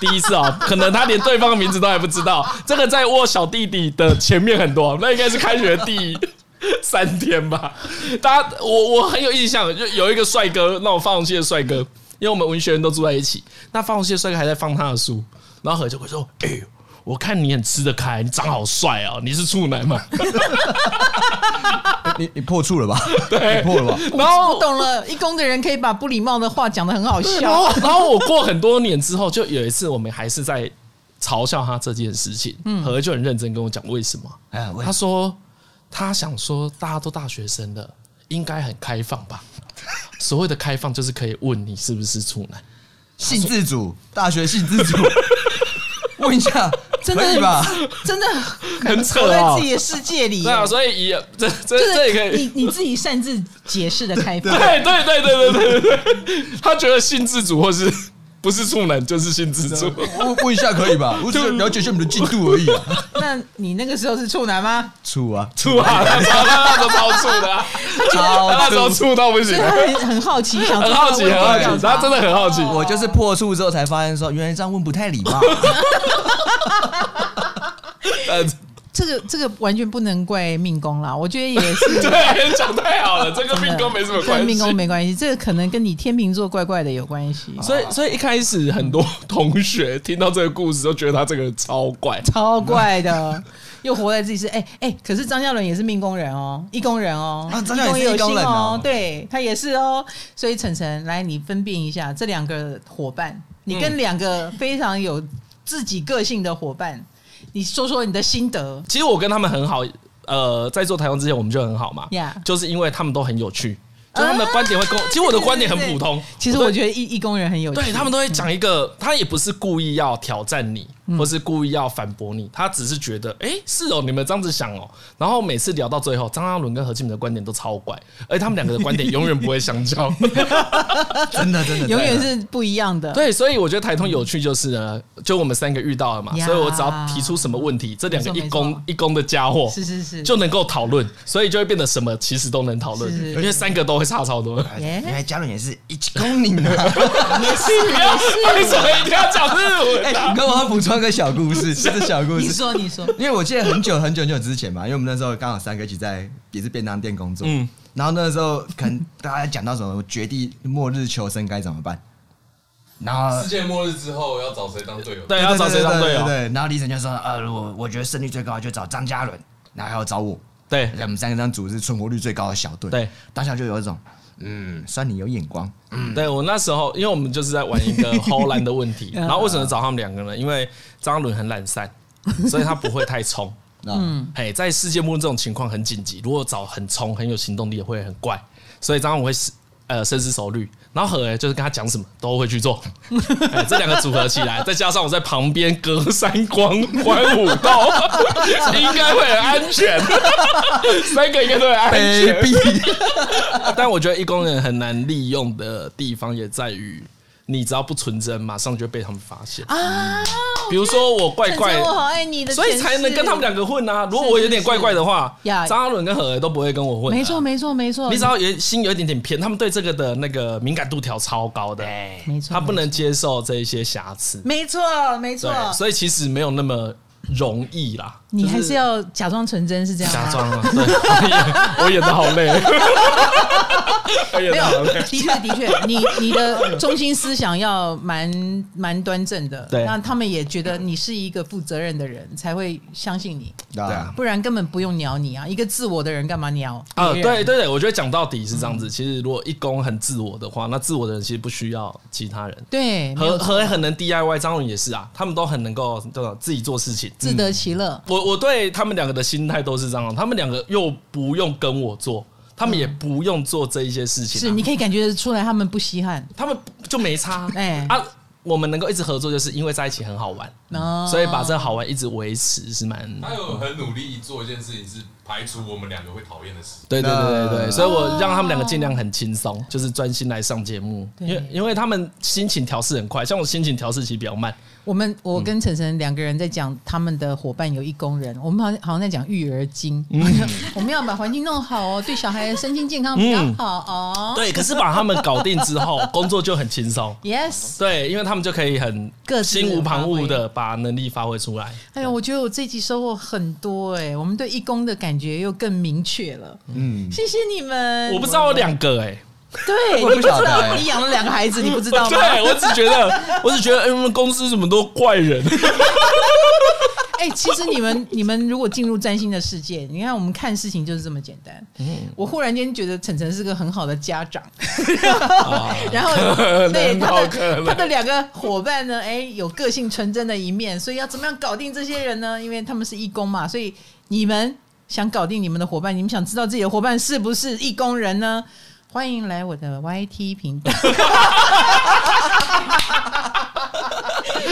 第一次哦，可能他连对方的名字都还不知道。这个在我小弟弟的前面很多，那应该是开学第三天吧。大家，我我很有印象，就有一个帅哥，那种发红系的帅哥，因为我们文学院都住在一起，那发红系的帅哥还在放他的书，然后何就会说：“哎、呦，我看你很吃得开，你长好帅哦，你是处男嘛
你你破处了吧？？”
对
你，破 了吧？
然后
我懂了，义工的人可以把不礼貌的话讲的很好
然后
笑。，
然后我过很多年之后，就有一次我们还是在嘲笑他这件事情，
嗯
何就很认真跟我讲为什么。
哎呀，我
他说他想说大家都大学生了，应该很开放吧？所谓的开放就是可以问你是不是处男，
性自主，大学性 自主。问一下，
真的
可以吧？
真的
很
活
扯
在
啊
自！己的世界里。
对啊，所以也这这
就
这也可
是
以。
你你自己擅自解释的开放，
对对对对对对对对，他觉得性自主或是不是处男就是性自主，
问问一下可以吧？我只是了解一下你们的进度而已啊。
那你那个时候是处男吗？
处啊，
处啊，他超他那时候超处的啊， 他那时候处到不行啊
所以，他很很好奇，哦想知哦
很
道
好奇，很好奇，他真的很好奇。
我就是破处之后才发现说，原来这样问不太礼貌。
呃，
这个这个完全不能怪命宫啦，我觉得也是
对，讲太好了，这 跟命宫没 什么关
跟
系。
命宫没关系，这个可能跟你天秤座怪怪的有关系，
所以，所以一开始很多 同学听到这个故事，都觉得他这个人超怪。
超怪的， 又活在自己是哎哎，可是张嘉伦也是命宫人哦，一宫人哦，
啊张嘉伦也是
一
一宫人
有心
哦
哦，对他也是哦，所以晨晨，来你分辨一下这两个伙伴，你跟两个非常有自己个性的伙伴，你说说你的心得
其实我跟他们很好，呃，在做台湾之前我们就很好嘛
Yeah 啊
就是因为他们都很有趣，就他们的观点会跟我，其实我的观点很普通，
其实我觉得义义工人很有趣，
对他们都会讲一个，他也不是故意要挑战你，
嗯
或是故意要反驳你，他只是觉得，哎、是哦，你们这样子想哦。然后每次聊到最后，张嘉伦跟何庆明的观点都超怪，而且他们两个的观点永远不会相 交。
真的真的，
永远是不一样的，
对，所以我觉得台通有趣就是呢，就我们三个遇到了嘛，
呀
所以我只要提出什么问题，这两个
没
一
错
公
没错
一公的家伙
是是是，
就能够讨论，所以就会变得什么其实都能讨论，
是是
因为三个都会差超多。
耶
哎原来嘉伦也是一起公你啊！
不要 为什么一定要讲日 文
哎，
啊？
跟我要补充一个小故 事，是小故
你
事。
说你说，
因为我记得很久很久很久之前嘛，因为我们那时候刚好三个一起在也是便当店工作，
嗯
然后那时候可能大家讲到什么绝地末日求生该怎么办，然后
世界末日之后要找谁当队友？
对，要找谁当队
对
友？
对，然后李晨就说，呃，我我觉得胜率最高就找张嘉伦，然后还有找我，
对
我们三个当组是存活率最高的小队，
对，
当下就有一种，嗯，算你有眼光，
嗯对，我那时候因为我们就是在玩一个荷兰的问题，然后为什么找他们两个呢？因为张伦很懒散，所以他不会太冲。
嗯，
哎，在世界末日这种情况很紧急，如果找很冲、很有行动力的会很怪，所以张翰我会思呃深思熟虑，然后何哎就是跟他讲什么都会去做，
嗯
哎这两个组合起来，再加上我在旁边隔山观观虎斗，应该会很安全， 三个应该都很安全。
卑鄙。
但我觉得义工人很难利用的地方也在于，你只要不纯真，马上就会被他们发现。
啊，
比如说我怪 怪
趁着，我好爱你的，
所以才能跟他们两个混啊。如果我有点怪怪的话
是是呀，
张阿伦跟何儿都不会跟我混啊。
没错，没错，没错。
你只要有心有一点点偏，他们对这个的那个敏感度调超高的，
没错
他不能接受这一些瑕疵。
没错，没错。
对，所以其实没有那么容易啦。
你
就
还是要假装纯真，是这样吗？
假装啊，对，我演 我演的好累， 我演
没
的好
有，
累
的。确的确，你你的中心思想要蛮蛮端正的，
对
那他们也觉得你是一个负责任的人，才会相信你，
对 啊，
不然根本不用鸟你啊！一个自我的人干嘛鸟
啊，
别
对
人
对对，我觉得讲到底是这样子。其实如果一公很自我的话，那自我的人其实不需要其他人。
对，没有
何何也很能 DIY，张伦也是啊，他们都很能够这种自己做事情。
自得其乐，
我我对他们两个的心态都是这样，他们两个又不用跟我做，他们也不用做这一些事情、
是
啊，
你可以感觉得出来他们不稀罕，
他们就没差。
哎
啊，我们能够一直合作，就是因为在一起很好玩，
哦
所以把这个好玩一直维持是蛮。
他有很努力做一件事情，是排除我们两个会讨厌的事。
对对对对对，
那
所以我让他们两个尽量很轻松，就是专心来上节目，因
对
为因为他们心情调试很快，像我心情调试其实比较慢，
我
嗯
们我跟晨晨两个人在讲他们的伙伴有一工人，我们好像好像在讲育儿经，
嗯
我们要把环境弄好哦，对小孩身心健康比较
嗯
好哦。
对，可是把他们搞定之后，工作就很轻松。
Yes，
对，因为他们就可以很
各自
心无旁骛的把能力发挥出来。
哎呦，我觉得我这集收获很多哎、我们对义工的感觉又更明确了。嗯，谢谢你们。
我不知道有两个哎、
对，
我不
你不知
晓得
道
哎
你养了两个孩子，你不知道吗？
对我只觉得，我只觉得，哎、我们公司怎么都怪人？
哎、其实你们你们如果进入占星的世界，你看我们看事情就是这么简单。
嗯
我忽然间觉得晨晨是个很好的家长，然后对他
好可
的
啊能
他的两个伙伴呢，哎、有个性纯真的一面，所以要怎么样搞定这些人呢？因为他们是义工嘛，所以你们想搞定你们的伙伴，你们想知道自己的伙伴是不是义工人呢？欢迎来我的 YT 频道。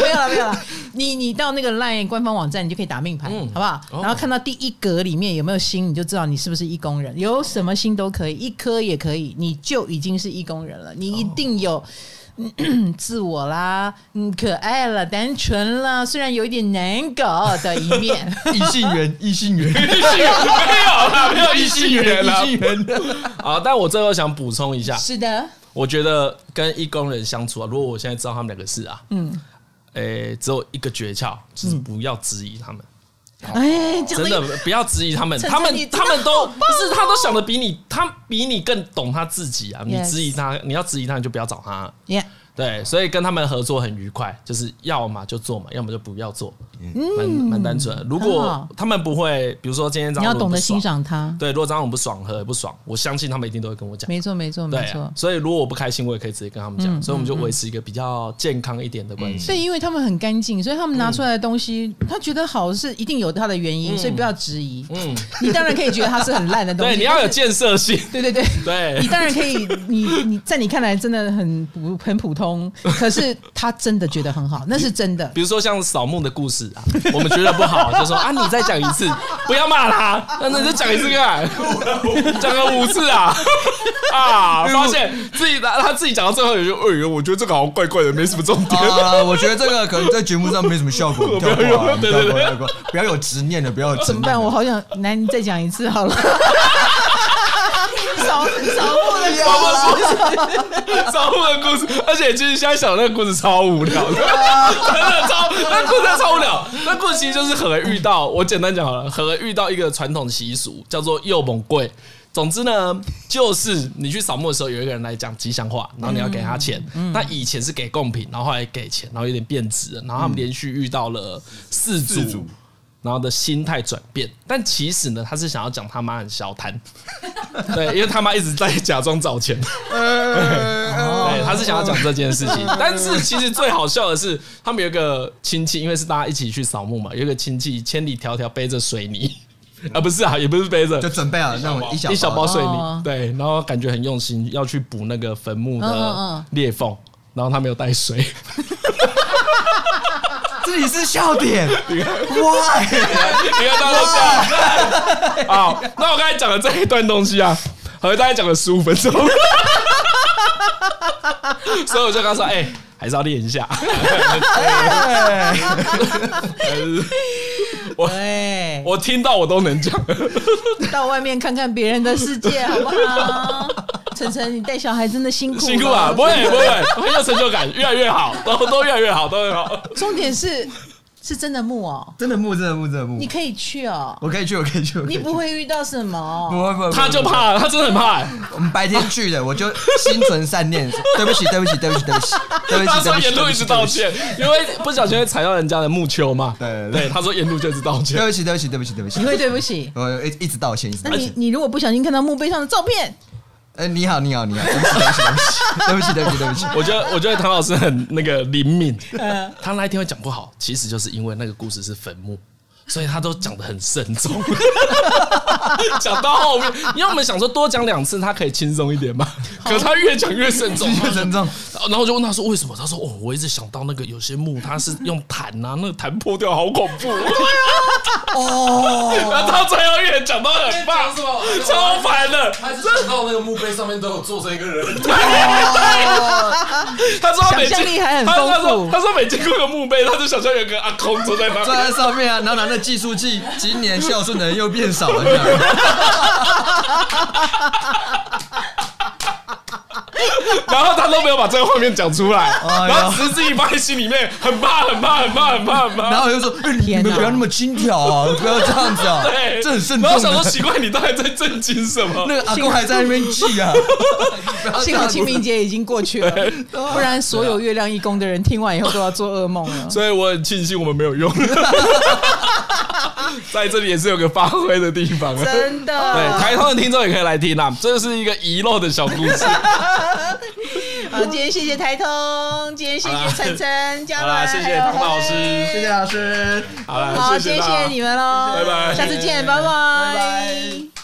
没有了，没有了。 你你到那个 LINE 官方网站，你就可以打命盘，
嗯
好不好？
哦
然后看到第一格里面有没有星，你就知道你是不是义工人。有什么星都可以，一颗也可以，你就已经是义工人了。
哦
你一定有。 嗯自我啦，嗯，可爱了，单纯了，虽然有一点难搞的一 面，
异性缘，异性缘，
异性缘没有啦，没有异性缘啦
异。性缘，
啊，但我最后想补充一下，
是的，
我觉得跟义工人相处啊，如果我现在知道他们两个是啊，嗯，诶、只有一个诀窍，就是
嗯
不要质疑他们，
哎，讲
真
得
的不要质疑他们，
晨晨
他们
你真的
他们都
好棒哦
不是，他都想的比你，他比你更懂他自己啊。你
Yes
质疑他，你要质疑他，你就不要找他啊了。
，Yeah，
对，所以跟他们合作很愉快，就是要么就做嘛，要么就不要做，蛮蛮单纯的。如
嗯很
果
好
他们不会，比如说今天张
你要
总
懂得
不爽
欣，赏他，
对，如果张总不爽，何也不爽，我相信他们一定都会跟我讲。
没错，没错，嗯
对
没
啊
错，。
所以如果我不开心，我也可以直接跟他们讲，所以我们就维持一个比较健康一点的关系。
所以，因为他们很干净，所以他们拿出来的东西，他觉得好是一定有他的原因，所以不要质疑。嗯，你当然可以觉得它是很烂的东西，
对，你要有
但是
建设 性。
对对对。
对
你，当然可以，你你在你看来真的很普很普 通，可是他真的觉得很好，那是真的。
比如说像扫墓的故事啊， 我们觉得不好，就说啊，你再讲一次， 不要骂他，那你就讲一次看， 讲个五次啊 啊！发现自己他他自己讲到最后，也就哎呦，我觉得这个好像怪怪的，没什么重点。
啊，我觉得这个可能在节目上没什么效 果，跳过啊，
对
跳
对
过，
对
跳过，不要有执念的，不要有执
怎
念
么
的
办？我好想，来你再讲一次好了。 少少我的
扫墓的故 事，扫墓的故事，而且其实现在想那个故事超无聊 的，真的超那故事超无聊。那故事其实就是何遇到，我简单讲好了，何遇到一个传统习俗叫做幼猛贵。总之呢，就是你去扫墓的时候，有一个人来讲吉祥话，然后你要给他钱。那以前是给贡品，然后后来给钱，然后有点变质了。然后他们连续遇到了四组，
四组
然后的心态转变。但其实呢，他是想要讲他妈很小贪， 对，因为他妈一直在假装找钱。
呃 哦
对，他是想要讲这件事 情，但是其实最好笑的是，他们有一个亲戚，因为是大家一起去扫墓嘛，有一个亲戚千里迢迢背着水泥， 啊，不是啊，也不是背着
就，准备好那种一小
一小包水
哦
泥，对，然后感觉很用心，要去补那个坟墓
嗯嗯
的
嗯
裂缝，然后他没有带水，
这里是笑点，Why？
你看大家都笑。好，那 我刚才讲的这一段东西啊，和大家讲了十五分钟。所以我就跟他说，哎、还是要练一下。我
对，
我听到我都能讲，
哎到外面看看别人的世界，好不好？晨晨，你带小孩真的辛苦了
辛苦啊，不会不会，很有成就感，越来越好，都都越来越好，都很好。
重点是是真的木哦，
真的木，真的木，真的木
你。可以去哦，
我可以去，我可以去。我可以
你
去
不会遇到什么
不
哦。
会不会，
他就
不会
怕了，他真的很怕、欸。
我们白天去的，我就心存善 念。对不起，对不起，对不起，对不起，对不起，
他
对
说
不起，
沿路一直道歉，因为不小心会踩到人家的木丘嘛。
对对
对，他说沿路就一直道
对
歉。
不起，对不起，对不起，对不起，对不起。
你会对不起。
我一一直道歉，一直
那
道
你
歉。
你如果不小心看到墓碑上的照片，
哎，你好，你好，你好，对不起，对不起，对不起，对不起，对不起，对不起。
我觉得，我觉得唐老师很那个灵敏，他那一天会讲不好，其实就是因为那个故事是坟墓，所以他都讲的很慎重。 讲到后面，因为我们想说多讲两次，他可以轻松一点嘛，可他越讲越慎重，
越慎重。
然后我就问他说为什么？他说哦，我一直想到那个有些木它是用弹啊，那个弹破掉好恐怖。
哦，
然后到最后越讲到很棒，
是吧？
超烦的。
他是想到那个墓碑上面都有坐着一个人，
他说他没
想象
见
力还很
他
丰
他说
富
他说没见过个墓碑，他就想象有个阿空 坐在那
坐
边。
在上面啊，然后拿那计数器，今年孝顺的人又变少了，这样。
然后他都没有把这个画面讲出来，
哎呦
然后只是自己放在心里面，很怕很怕很怕很怕很怕。
然后我就说，哎你
天
们
哪
不要那么轻佻啊，不要这样子啊，
对，
这很慎
哎
重
然后想说
的。
奇怪，你到底在震惊什么？
那个阿公还在那边记啊，不要这
幸
样
好
子
清明节已经过去了，不然所有月亮义工的人听完以后都要做噩梦了。
所以我很庆幸我们没 有用，在这里也是有个发挥的地方啊。
真
对，
的，
台通的听众也可以来听啊，这是一个遗漏的小故事。
好，今天谢谢台通，今天谢
好啦
谢晨晨、嘉
好啦
伦，
谢谢
还有
唐老
辉
师
谢谢老师。
好了，
好，
谢
谢
大家
谢你们喽，
拜拜
下次见，拜拜
拜拜